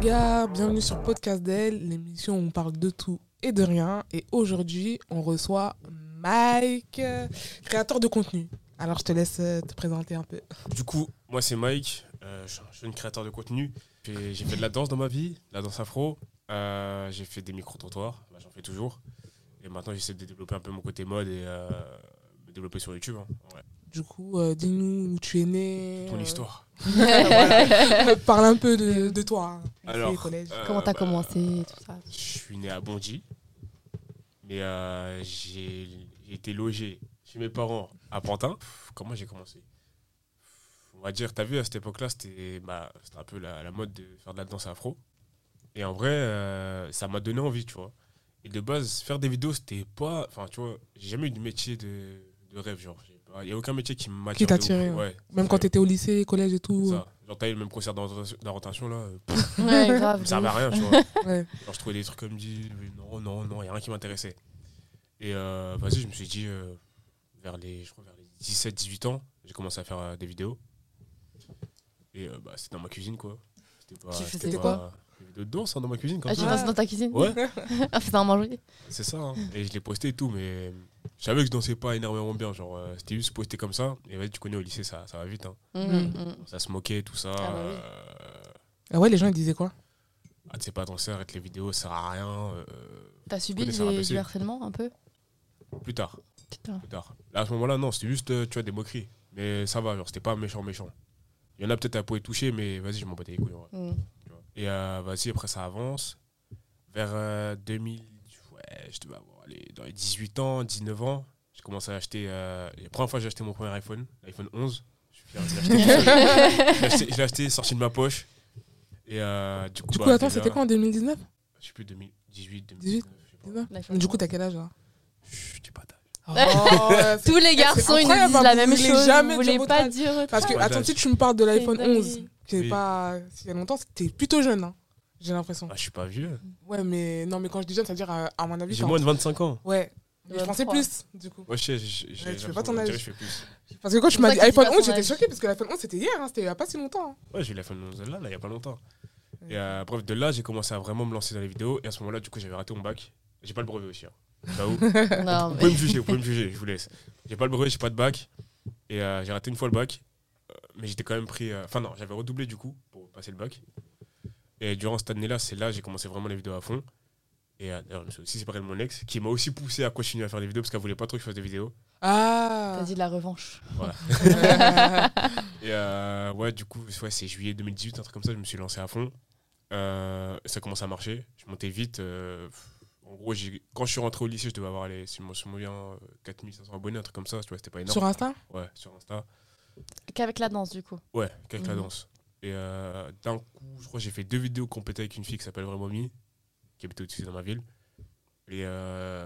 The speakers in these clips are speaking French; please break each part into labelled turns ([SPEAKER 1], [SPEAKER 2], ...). [SPEAKER 1] gars, bienvenue sur Podcast d'elle, l'émission où on parle de tout et de rien. Et aujourd'hui, on reçoit Mike, euh, créateur de contenu. Alors, je te laisse euh, te présenter un peu.
[SPEAKER 2] Du coup, moi c'est Mike, euh, je, je suis une créateur de contenu. J'ai j'ai fait de la danse dans ma vie, la danse afro. Euh, j'ai fait des micro-trottoirs, bah, j'en fais toujours. Et maintenant j'essaie de développer un peu mon côté mode et euh, me développer sur YouTube. hein. Ouais.
[SPEAKER 1] Du coup, euh, dis-nous où tu es né.
[SPEAKER 2] Ton
[SPEAKER 1] euh,
[SPEAKER 2] histoire.
[SPEAKER 1] voilà. Parle un peu de, de toi. hein. Lycée,
[SPEAKER 2] Alors,
[SPEAKER 1] collège.
[SPEAKER 2] euh,
[SPEAKER 3] Comment t'as
[SPEAKER 2] bah,
[SPEAKER 3] commencé et tout ça
[SPEAKER 2] Je suis né à Bondy, mais euh, j'ai j'ai été logé chez mes parents à Pantin. Pff, Comment j'ai commencé Pff, On va dire, t'as vu, à cette époque-là, c'était bah, c'était un peu la, la mode de faire de la danse afro. Et en vrai, euh, ça m'a donné envie, tu vois. Et de base, faire des vidéos, c'était pas. Enfin, tu vois, j'ai jamais eu de métier de, de rêve, genre. J'ai pas- Il n'y a aucun métier qui m'a
[SPEAKER 1] Qui t'attirait, ouais. Même quand t'étais au lycée, collège et tout.
[SPEAKER 2] Genre, t'as eu le même concert d'orientation- d'orientation, là. euh, pff,
[SPEAKER 3] Ouais,
[SPEAKER 2] ça
[SPEAKER 3] grave.
[SPEAKER 2] me servait à rien, tu vois.
[SPEAKER 1] Ouais.
[SPEAKER 2] Genre, je trouvais des trucs comme dit, non, non, non, il n'y a rien qui m'intéressait. Et euh, vas-y, je me suis dit, euh, vers les, je crois, vers les 17, 18 ans, j'ai commencé à faire euh, des vidéos. Et euh, bah, c'était dans ma cuisine, quoi. C'était pas-
[SPEAKER 3] Tu
[SPEAKER 2] c'était
[SPEAKER 3] faisais
[SPEAKER 2] pas- Des vidéos de danse hein, dans ma cuisine, quand
[SPEAKER 3] Ah, tu
[SPEAKER 2] même.
[SPEAKER 1] Ah.
[SPEAKER 3] danses dans ta cuisine
[SPEAKER 2] Ouais,
[SPEAKER 3] Ah, c'est un manger
[SPEAKER 2] c'est ça. hein. Et je l'ai posté et tout, mais je savais que je dansais pas énormément bien. Genre, euh, c'était juste posté comme ça. Et vas-y, tu connais au lycée, ça, ça va vite. hein.
[SPEAKER 3] Mm,
[SPEAKER 2] Ça se moquait, tout ça.
[SPEAKER 3] Ah, bah oui.
[SPEAKER 2] euh,
[SPEAKER 1] Ah ouais, les gens ils disaient quoi
[SPEAKER 2] ah, tu sais pas danser, arrête les vidéos, ça sert à rien. euh,
[SPEAKER 3] T'as subi
[SPEAKER 2] Connaisseur
[SPEAKER 3] des,
[SPEAKER 2] ABC.
[SPEAKER 3] du harcèlement un peu
[SPEAKER 2] plus tard.
[SPEAKER 3] Putain.
[SPEAKER 2] plus tard. Là, à ce moment-là, non, c'était juste, euh, tu vois, des moqueries. Mais ça va, genre, c'était pas méchant, méchant. Il y en a peut-être à pouvoir toucher, mais vas-y, je m'en battais les couilles. en vrai,
[SPEAKER 3] Mm.
[SPEAKER 2] tu vois. Et euh, vas-y, après, ça avance. Vers euh, 2000, ouais, je devais avoir allez, dans les 18 ans, 19 ans, j'ai commencé à acheter. euh, la première fois, j'ai acheté mon premier iPhone, l'iPhone 11. Je suis fier, je l'ai acheté tout seul.
[SPEAKER 3] Bah,
[SPEAKER 2] Je l'ai acheté- Je l'ai acheté, sorti de ma poche. Et euh, du coup,
[SPEAKER 1] Du coup,
[SPEAKER 2] bah,
[SPEAKER 1] attends,
[SPEAKER 2] déjà-
[SPEAKER 1] c'était quoi en 2019
[SPEAKER 2] Je sais plus, 2018, 2019. je sais pas.
[SPEAKER 1] 19?
[SPEAKER 3] L'iPhone.
[SPEAKER 1] Du coup, t'as quel âge là
[SPEAKER 2] Chut, tu pas d'âge.
[SPEAKER 1] ouais, c'est-
[SPEAKER 3] Tous
[SPEAKER 2] Eh,
[SPEAKER 3] les garçons, ils nous
[SPEAKER 1] incroyable,
[SPEAKER 3] disent
[SPEAKER 1] hein,
[SPEAKER 3] la
[SPEAKER 1] vous
[SPEAKER 3] même
[SPEAKER 1] voulez
[SPEAKER 3] chose.
[SPEAKER 1] jamais
[SPEAKER 3] Vous
[SPEAKER 1] dire
[SPEAKER 3] voulez
[SPEAKER 1] votre
[SPEAKER 3] pas
[SPEAKER 1] âge.
[SPEAKER 3] dire. votre
[SPEAKER 1] Parce que,
[SPEAKER 2] Ouais,
[SPEAKER 1] attends,
[SPEAKER 2] j'adore.
[SPEAKER 1] si tu me parles de l'iPhone
[SPEAKER 3] dingue.
[SPEAKER 1] 11, qui n'est
[SPEAKER 2] Oui.
[SPEAKER 1] pas si il y a longtemps, c'était plutôt jeune, hein, j'ai l'impression.
[SPEAKER 2] Bah, je suis pas vieux.
[SPEAKER 1] Ouais, mais non, mais quand je dis jeune, ça veut dire, euh, à mon avis,
[SPEAKER 2] J'ai
[SPEAKER 1] genre-
[SPEAKER 2] moins de 25 ans.
[SPEAKER 1] Ouais, mais je pensais
[SPEAKER 3] 23.
[SPEAKER 1] plus, du coup.
[SPEAKER 2] Moi, je sais, j'ai- j'ai
[SPEAKER 1] Ouais, tu fais pas
[SPEAKER 2] l'impression
[SPEAKER 1] ton
[SPEAKER 2] de
[SPEAKER 1] âge.
[SPEAKER 2] dire que je fais plus.
[SPEAKER 1] Parce que quand
[SPEAKER 3] C'est
[SPEAKER 1] tu m'as
[SPEAKER 3] pour
[SPEAKER 1] dit
[SPEAKER 3] ça qu'il dit
[SPEAKER 1] iPhone
[SPEAKER 3] pas
[SPEAKER 1] 11,
[SPEAKER 3] son
[SPEAKER 1] j'étais
[SPEAKER 3] âge.
[SPEAKER 1] choquée parce que l'iPhone 11, c'était hier, hein, c'était il n'y a pas si longtemps.
[SPEAKER 2] Ouais, j'ai eu la fin de nos- là, là, il n'y a pas longtemps.
[SPEAKER 1] Ouais.
[SPEAKER 2] Et euh, bref, de là, j'ai commencé à vraiment me lancer dans les vidéos. Et à ce moment-là, du coup, j'avais raté mon bac. J'ai pas le brevet aussi. hein. Au cas où. vous
[SPEAKER 3] Non, mais-
[SPEAKER 2] pouvez me juger, vous pouvez me juger, je vous laisse. J'ai pas le brevet, j'ai pas de bac. Et euh, j'ai raté une fois le bac. Euh, Mais j'étais quand même pris. euh, Enfin, non, j'avais redoublé du coup pour passer le bac. Et durant cette année-là, c'est là que j'ai commencé vraiment les vidéos à fond. Et euh, d'ailleurs, je me suis aussi séparé de mon ex qui m'a aussi poussé à continuer à faire des vidéos parce qu'elle voulait pas trop que je fasse des vidéos.
[SPEAKER 1] Ah
[SPEAKER 3] T'as dit de la revanche.
[SPEAKER 1] Euh,
[SPEAKER 2] Et euh, ouais, du coup, ouais, c'est juillet 2018, un truc comme ça, je me suis lancé à fond. Euh, ça commence à marcher, je montais vite. euh, en gros, j'ai- quand je suis rentré au lycée, je devais avoir, les, si je me souviens, euh, 4500 abonnés, un truc comme ça, tu vois, c'était pas énorme.
[SPEAKER 1] Sur Insta
[SPEAKER 2] Ouais, sur Insta.
[SPEAKER 3] Qu'avec la danse, du coup.
[SPEAKER 2] Ouais, avec la
[SPEAKER 3] Mhm.
[SPEAKER 2] danse. Et euh, d'un coup, je crois que j'ai fait deux vidéos complétées avec une fille qui s'appelle Rémomi, qui habitait au-dessus dans ma ville. Et euh,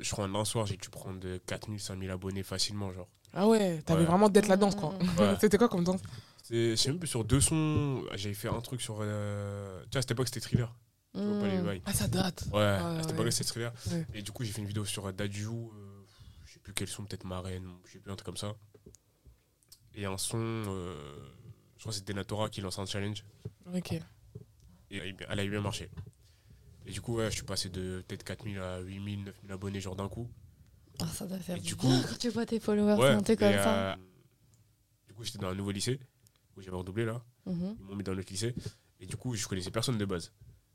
[SPEAKER 2] je crois en un soir, j'ai dû prendre 4000, 5000 abonnés facilement, genre.
[SPEAKER 1] Ah ouais, t'avais
[SPEAKER 2] Ouais.
[SPEAKER 1] vraiment d'être la danse,
[SPEAKER 3] Mm,
[SPEAKER 1] quoi.
[SPEAKER 2] Ouais.
[SPEAKER 1] C'était quoi comme danse
[SPEAKER 2] C'est c'est même plus sur deux sons. J'avais fait un truc sur. euh, Tu vois, à cette époque, c'était thriller. Tu vois,
[SPEAKER 3] Mm.
[SPEAKER 2] pas les bails.
[SPEAKER 1] Ah, ça date.
[SPEAKER 2] Ouais, à cette
[SPEAKER 1] ouais.
[SPEAKER 2] époque-là, c'était thriller.
[SPEAKER 1] Ouais.
[SPEAKER 2] Et du coup, j'ai fait une vidéo sur euh, Dadju. euh, je sais plus quel son, peut-être Marraine, je sais plus, un truc comme ça. Et un son. euh, je crois que c'était Natora qui lançait un challenge.
[SPEAKER 1] Ok.
[SPEAKER 2] Et elle a eu bien- elle a eu bien marché. Et du coup, ouais, je suis passé de peut-être 4000 à 8000, 9000 abonnés, genre d'un coup.
[SPEAKER 3] Ah, ça doit faire
[SPEAKER 2] Et du
[SPEAKER 3] du
[SPEAKER 2] coup-
[SPEAKER 3] coup. Quand tu vois tes followers monter
[SPEAKER 2] et,
[SPEAKER 3] comme ça.
[SPEAKER 2] euh, du coup, j'étais dans un nouveau lycée où j'avais redoublé là.
[SPEAKER 3] Mhm.
[SPEAKER 2] Ils m'ont mis dans notre lycée. Et du coup, je connaissais personne de base.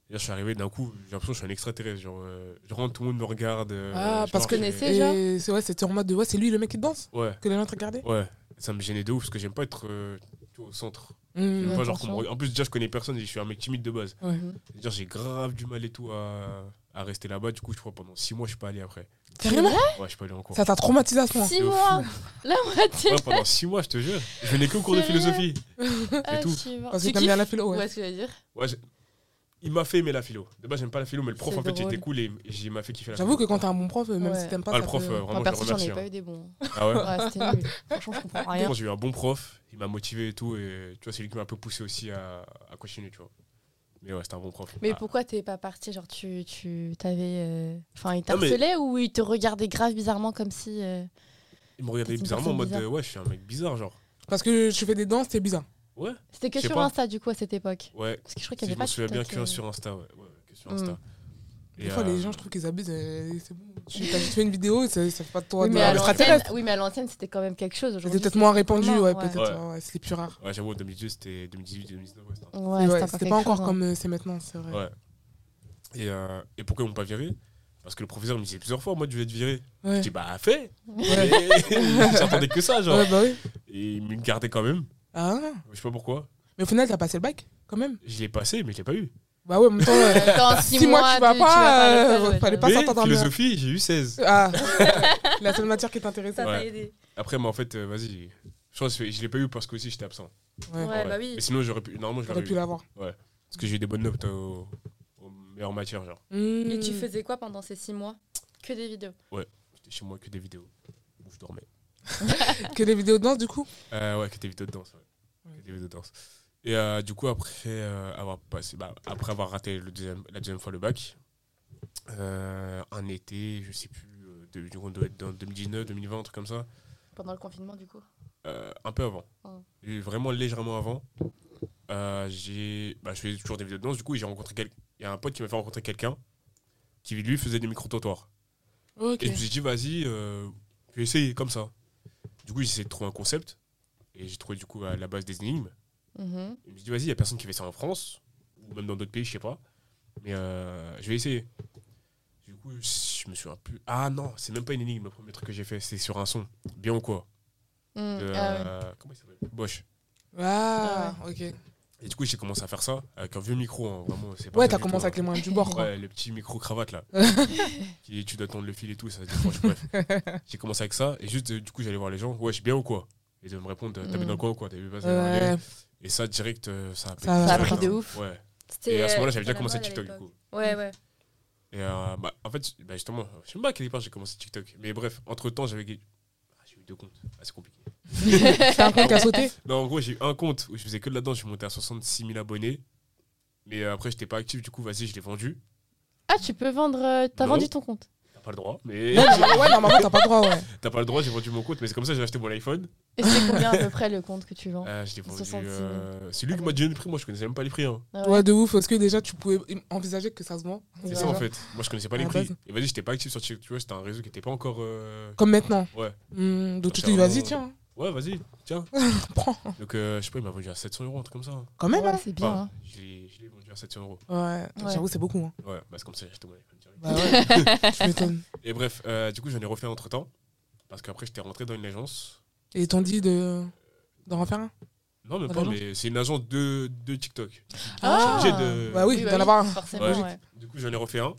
[SPEAKER 2] D'ailleurs, je suis arrivé d'un coup, j'ai l'impression que je suis un extraterrestre. Genre, euh, je rentre, tout le monde me regarde. euh,
[SPEAKER 1] Ah,
[SPEAKER 2] je
[SPEAKER 1] parce
[SPEAKER 2] marche,
[SPEAKER 3] que-
[SPEAKER 2] mais-
[SPEAKER 3] Connaissez déjà
[SPEAKER 1] Et c'est- ouais, c'était en mode de, ouais, c'est lui le mec qui danse
[SPEAKER 2] Ouais,
[SPEAKER 1] Que les gens te regardaient
[SPEAKER 2] ouais. Ça me gênait de ouf parce que j'aime pas être euh, tu vois, au centre. J'aime
[SPEAKER 1] Mmh.
[SPEAKER 2] pas, genre, qu'on me
[SPEAKER 3] attention.
[SPEAKER 2] regarde. En plus, déjà, je connais personne et je suis un mec timide de base.
[SPEAKER 1] Ouais.
[SPEAKER 2] C'est-à-dire, j'ai grave du mal et tout à, à rester là-bas. Du coup, je crois pendant 6 mois, je suis pas allé après.
[SPEAKER 1] Carrément
[SPEAKER 2] Ouais, je suis pas allé en cours.
[SPEAKER 1] Ah Ça t'a traumatisé à ce point
[SPEAKER 3] Six
[SPEAKER 2] de
[SPEAKER 3] mois La moitié
[SPEAKER 2] Ouais, pendant 6 mois, je te jure. Je venais que au cours de
[SPEAKER 3] Sérieux
[SPEAKER 2] philosophie.
[SPEAKER 3] Ah,
[SPEAKER 2] tout.
[SPEAKER 3] tu vois.
[SPEAKER 1] Parce que
[SPEAKER 3] Tu
[SPEAKER 1] t'as mis à la
[SPEAKER 3] kiffes
[SPEAKER 1] philo, ouais.
[SPEAKER 3] Ouais, ce que je veux dire.
[SPEAKER 2] Ouais, j'ai- il m'a fait aimer la philo. De base, j'aime pas la philo, mais le prof,
[SPEAKER 3] C'est
[SPEAKER 2] en fait, il était
[SPEAKER 3] drôle.
[SPEAKER 2] cool et il m'a fait kiffer la
[SPEAKER 1] J'avoue que
[SPEAKER 2] philo.
[SPEAKER 1] quand t'as un bon prof, même
[SPEAKER 3] Ouais.
[SPEAKER 1] si t'aimes pas,
[SPEAKER 2] Ah, le
[SPEAKER 1] ça
[SPEAKER 2] prof,
[SPEAKER 1] peut-
[SPEAKER 2] euh,
[SPEAKER 3] Moi,
[SPEAKER 2] vraiment, je
[SPEAKER 3] perso,
[SPEAKER 2] le
[SPEAKER 3] j'en
[SPEAKER 2] remercie.
[SPEAKER 3] ai pas
[SPEAKER 2] hein.
[SPEAKER 3] eu des bons.
[SPEAKER 2] Ah ouais
[SPEAKER 3] Ouais, c'était nul. Franchement, je comprends rien.
[SPEAKER 2] Bon, j'ai eu un bon prof, il m'a motivé et tout, et tu vois, c'est lui qui m'a un peu poussé aussi à, à continuer, tu vois. Mais ouais, c'était un bon prof.
[SPEAKER 3] Mais
[SPEAKER 2] Ah,
[SPEAKER 3] pourquoi t'es pas parti Genre, tu, tu t'avais. euh, Enfin, il
[SPEAKER 2] Non, mais-
[SPEAKER 3] t'harcelait ou il te regardait grave bizarrement comme si. euh,
[SPEAKER 2] Il me regardait
[SPEAKER 3] T'es une
[SPEAKER 2] bizarrement en
[SPEAKER 3] personne
[SPEAKER 2] mode,
[SPEAKER 3] bizarre.
[SPEAKER 2] euh, ouais, je suis un mec bizarre, genre.
[SPEAKER 1] Parce que je fais des danses, c'est bizarre.
[SPEAKER 2] Ouais,
[SPEAKER 3] C'était que
[SPEAKER 2] Je sais
[SPEAKER 3] sur
[SPEAKER 2] pas.
[SPEAKER 3] Insta, du coup, à cette époque.
[SPEAKER 2] ouais.
[SPEAKER 3] Parce que je crois
[SPEAKER 2] Je
[SPEAKER 3] qu'il n'y avait
[SPEAKER 2] me
[SPEAKER 3] pas
[SPEAKER 2] souviens bien
[SPEAKER 3] TikTok, euh,
[SPEAKER 2] que sur Insta, ouais. ouais, que sur
[SPEAKER 1] Hmm.
[SPEAKER 2] Insta.
[SPEAKER 1] Des
[SPEAKER 2] Et,
[SPEAKER 1] fois,
[SPEAKER 2] euh,
[SPEAKER 1] les gens, je trouve qu'ils abusent. euh, c'est bon. Tu as juste fait une vidéo, ça ça fait pas de toi
[SPEAKER 3] Oui,
[SPEAKER 1] de
[SPEAKER 3] mais à l'ancienne,
[SPEAKER 1] extraterrestre.
[SPEAKER 3] oui, mais à l'ancienne, c'était quand même quelque chose.
[SPEAKER 1] C'était
[SPEAKER 3] Aujourd'hui,
[SPEAKER 1] peut-être moins répandu,
[SPEAKER 3] Ouais.
[SPEAKER 1] ouais, peut-être.
[SPEAKER 2] Ouais.
[SPEAKER 1] ouais, C'était plus rare.
[SPEAKER 2] Ouais, j'avoue, 2018, c'était 2018, 2019, ouais, c'était un
[SPEAKER 3] c'est-
[SPEAKER 1] Et
[SPEAKER 3] Ouais,
[SPEAKER 1] ouais, C'était
[SPEAKER 3] c'était
[SPEAKER 1] pas
[SPEAKER 3] quelque
[SPEAKER 1] encore
[SPEAKER 3] chose, hein.
[SPEAKER 1] comme euh, c'est maintenant, c'est vrai.
[SPEAKER 2] Ouais. Et, euh, et pourquoi ils m'ont pas viré Parce que le professeur me disait plusieurs fois, moi, je vais te virer.
[SPEAKER 1] Ouais.
[SPEAKER 2] Je dis, bah, fais
[SPEAKER 1] Ouais.
[SPEAKER 2] Mais J'attendais que ça, genre.
[SPEAKER 1] Ouais, bah oui.
[SPEAKER 2] Et il me gardait quand même.
[SPEAKER 1] Ah.
[SPEAKER 2] Je sais pas pourquoi.
[SPEAKER 1] Mais au final, t'as passé le bac, quand même.
[SPEAKER 2] Je l'ai passé, mais je l'ai pas eu.
[SPEAKER 1] Bah ouais, en même temps, euh,
[SPEAKER 3] hein. Dans
[SPEAKER 1] six
[SPEAKER 3] six
[SPEAKER 1] mois, tu vas pas,
[SPEAKER 3] le
[SPEAKER 1] euh,
[SPEAKER 3] faire,
[SPEAKER 1] fallait
[SPEAKER 3] ouais, j'avoue.
[SPEAKER 1] Pas
[SPEAKER 2] mais
[SPEAKER 1] s'attendre à mieux.
[SPEAKER 2] philosophie, j'ai eu 16.
[SPEAKER 1] Ah, la seule matière qui t'intéressait.
[SPEAKER 3] Ça
[SPEAKER 2] Ouais.
[SPEAKER 3] t'a aidé.
[SPEAKER 2] Après, mais en fait, euh, vas-y. Je pense que je l'ai pas eu parce que aussi j'étais absent.
[SPEAKER 1] Ouais.
[SPEAKER 3] Ouais, bah oui.
[SPEAKER 2] Mais sinon, j'aurais pu. Normalement, je
[SPEAKER 1] J'aurais
[SPEAKER 2] l'aurais
[SPEAKER 1] pu
[SPEAKER 2] eu.
[SPEAKER 1] l'avoir.
[SPEAKER 2] Parce que j'ai eu des bonnes notes aux, aux meilleures matières, genre.
[SPEAKER 3] Et tu
[SPEAKER 1] Mmh.
[SPEAKER 3] faisais quoi pendant ces six mois Que des vidéos.
[SPEAKER 2] J'étais chez moi que des vidéos où je dormais.
[SPEAKER 1] Que des vidéos de danse, du coup
[SPEAKER 2] Euh, ouais, que des vidéos de danse. Ouais. Que des vidéos de danse. Et euh, du coup, après, euh, avoir passé, bah, après avoir raté le deuxième, la deuxième fois le bac, euh, un été, je sais plus, euh, de- on doit être dans 2019, 2020, un truc comme ça,
[SPEAKER 3] Pendant le confinement, du coup.
[SPEAKER 2] euh, un peu avant.
[SPEAKER 3] Mm.
[SPEAKER 2] Et Vraiment légèrement avant. Euh, j'ai- bah, je faisais toujours des vidéos de danse, du coup, j'ai rencontré quelqu'un. Il y a un pote qui m'a fait rencontrer quelqu'un qui, lui, faisait des micro-trottoirs.
[SPEAKER 1] Ok.
[SPEAKER 2] Et je me suis dit, vas-y, euh, je vais essayer comme ça. Du coup, j'ai essayé de trouver un concept. Et j'ai trouvé, du coup, à la base des énigmes.
[SPEAKER 3] Mhm.
[SPEAKER 2] Je me suis dit, vas-y, il n'y a personne qui fait ça en France, ou même dans d'autres pays, je sais pas. Mais euh, je vais essayer. Du coup, je me suis un peu. Ah non, c'est même pas une énigme, le premier truc que j'ai fait, c'est sur un son. Bien ou quoi
[SPEAKER 1] Mm.
[SPEAKER 3] Mhm.
[SPEAKER 2] de,
[SPEAKER 3] Ah ouais.
[SPEAKER 2] euh, Comment il s'appelle Bosch.
[SPEAKER 1] Ah, ok.
[SPEAKER 2] Et du coup, j'ai commencé à faire ça avec un vieux micro, hein, vraiment. c'est pas
[SPEAKER 1] Ouais,
[SPEAKER 2] ça
[SPEAKER 1] t'as
[SPEAKER 2] du
[SPEAKER 1] commencé
[SPEAKER 2] tout, hein.
[SPEAKER 1] avec les mains du bord, quoi.
[SPEAKER 2] Ouais, le petit micro-cravate là. qui, tu dois tendre le fil et tout, ça se décroche. Bref. J'ai commencé avec ça, et juste, euh, du coup, j'allais voir les gens, ouais, je suis bien ou quoi Et de me répondre, euh, t'as bien
[SPEAKER 3] Mm.
[SPEAKER 2] dans le coin ou quoi T'as vu pas ça
[SPEAKER 1] Ouais.
[SPEAKER 2] Et ça, direct, euh, ça a pété
[SPEAKER 1] Ça a
[SPEAKER 2] direct,
[SPEAKER 3] pris de
[SPEAKER 2] hein.
[SPEAKER 3] ouf.
[SPEAKER 2] Ouais.
[SPEAKER 3] C'était,
[SPEAKER 2] Et à ce
[SPEAKER 3] euh,
[SPEAKER 2] moment-là, j'avais déjà
[SPEAKER 3] c'était la
[SPEAKER 2] commencé
[SPEAKER 3] mode à
[SPEAKER 2] TikTok, du
[SPEAKER 3] l'époque.
[SPEAKER 2] coup.
[SPEAKER 3] Ouais, ouais.
[SPEAKER 2] Et euh, bah, en fait, bah, justement, je sais même pas à quelle époque j'ai commencé TikTok. Mais bref, entre-temps, j'avais... Ah, j'ai eu deux comptes. Ah, c'est compliqué.
[SPEAKER 1] T'as un compte qui a sauté
[SPEAKER 2] Non, en gros, j'ai eu un compte où je faisais que de là-dedans. Je suis monté à 66 000 abonnés. Mais euh, après, j'étais pas actif. Du coup, vas-y, je l'ai vendu.
[SPEAKER 3] Ah, tu peux vendre. euh, T'as
[SPEAKER 2] Non.
[SPEAKER 3] vendu ton compte.
[SPEAKER 2] T'as pas le droit. Mais
[SPEAKER 1] Non, mais- Ouais, normalement, t'as pas le droit, ouais.
[SPEAKER 2] t'as pas le droit, j'ai vendu mon compte. Mais c'est comme ça, j'ai acheté mon iPhone.
[SPEAKER 3] Et c'est combien à peu près le compte que tu vends
[SPEAKER 2] Euh, je l'ai vendu.
[SPEAKER 3] 66 000.
[SPEAKER 2] euh, C'est lui qui m'a donné le prix. Moi, je connaissais même pas les prix. hein.
[SPEAKER 3] Ah ouais. euh,
[SPEAKER 1] Ouais, de ouf. Parce que déjà, tu pouvais envisager que ça se vend.
[SPEAKER 2] C'est
[SPEAKER 3] Ouais.
[SPEAKER 2] ça, en fait. Moi, je connaissais pas les
[SPEAKER 1] À la
[SPEAKER 2] prix.
[SPEAKER 1] base.
[SPEAKER 2] Et vas-y, j'étais pas actif sur TikTok. Tu vois, c'était un réseau qui était pas encore. euh,
[SPEAKER 1] Comme maintenant.
[SPEAKER 2] Ouais.
[SPEAKER 1] Mmh, donc, tu
[SPEAKER 2] C'est
[SPEAKER 1] te dis,
[SPEAKER 2] vraiment-
[SPEAKER 1] vas-y, tiens,
[SPEAKER 2] Ouais, vas-y, tiens.
[SPEAKER 1] prends.
[SPEAKER 2] Donc, euh, je sais pas, il m'a vendu à 700 euros, un truc comme ça.
[SPEAKER 1] Quand même,
[SPEAKER 3] Ouais,
[SPEAKER 1] hein.
[SPEAKER 3] c'est bien.
[SPEAKER 2] Enfin,
[SPEAKER 3] hein.
[SPEAKER 2] je l'ai je l'ai vendu à 700 euros.
[SPEAKER 1] Ouais,
[SPEAKER 3] Ouais.
[SPEAKER 1] j'avoue, c'est beaucoup. Hein.
[SPEAKER 2] Ouais, bah, c'est comme ça, j'ai acheté mon iPhone direct.
[SPEAKER 1] Bah ouais, tu m'étonnes.
[SPEAKER 2] Et bref, euh, du coup, j'en ai refait entre temps. Parce qu'après, j'étais rentré dans une agence.
[SPEAKER 1] Et ils t'ont dit de... d'en refaire un
[SPEAKER 2] Non, même
[SPEAKER 1] Dans
[SPEAKER 2] pas,
[SPEAKER 1] l'agence
[SPEAKER 2] mais c'est une agence de, de TikTok.
[SPEAKER 3] Ah.
[SPEAKER 2] J'ai obligé de.
[SPEAKER 1] Bah oui,
[SPEAKER 3] bah
[SPEAKER 1] d'en avoir un.
[SPEAKER 3] Forcément,
[SPEAKER 2] Ouais.
[SPEAKER 3] ouais.
[SPEAKER 2] Du coup, j'en ai refait un.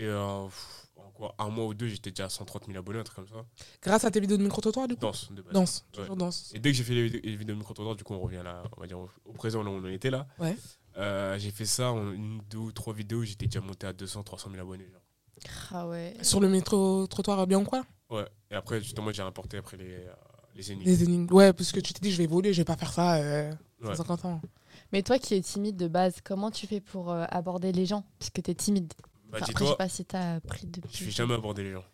[SPEAKER 2] Et euh, pff, en quoi Un mois ou deux, j'étais déjà à 130 000 abonnés, un truc comme ça.
[SPEAKER 1] Grâce à tes vidéos de micro-trottoir, du coup
[SPEAKER 2] Danse, de base.
[SPEAKER 1] Danse,
[SPEAKER 2] Ouais.
[SPEAKER 1] toujours danse.
[SPEAKER 2] Et dès que j'ai fait les, vid- les vidéos de micro du coup, on revient là, on va dire au, au présent, là où on en était là.
[SPEAKER 1] Ouais.
[SPEAKER 2] Euh, j'ai fait ça en une, deux ou trois vidéos, j'étais déjà monté à 200, 300 000 abonnés. genre.
[SPEAKER 3] Ah ouais.
[SPEAKER 1] Sur le métro-trottoir à bien ou quoi
[SPEAKER 2] Ouais. Et après, justement, j'ai importé après les, euh, les énigmes.
[SPEAKER 1] Les énigmes. Ouais, parce que tu t'es dit, je vais voler, je vais pas faire ça euh,
[SPEAKER 2] Ouais.
[SPEAKER 1] 150 ans.
[SPEAKER 3] Mais toi qui es timide de base, comment tu fais pour euh, aborder les gens Parce que t'es timide.
[SPEAKER 2] Bah,
[SPEAKER 3] Enfin, après, je sais
[SPEAKER 2] dis-toi,
[SPEAKER 3] pas si t'as pris de.
[SPEAKER 2] je vais jamais aborder les gens.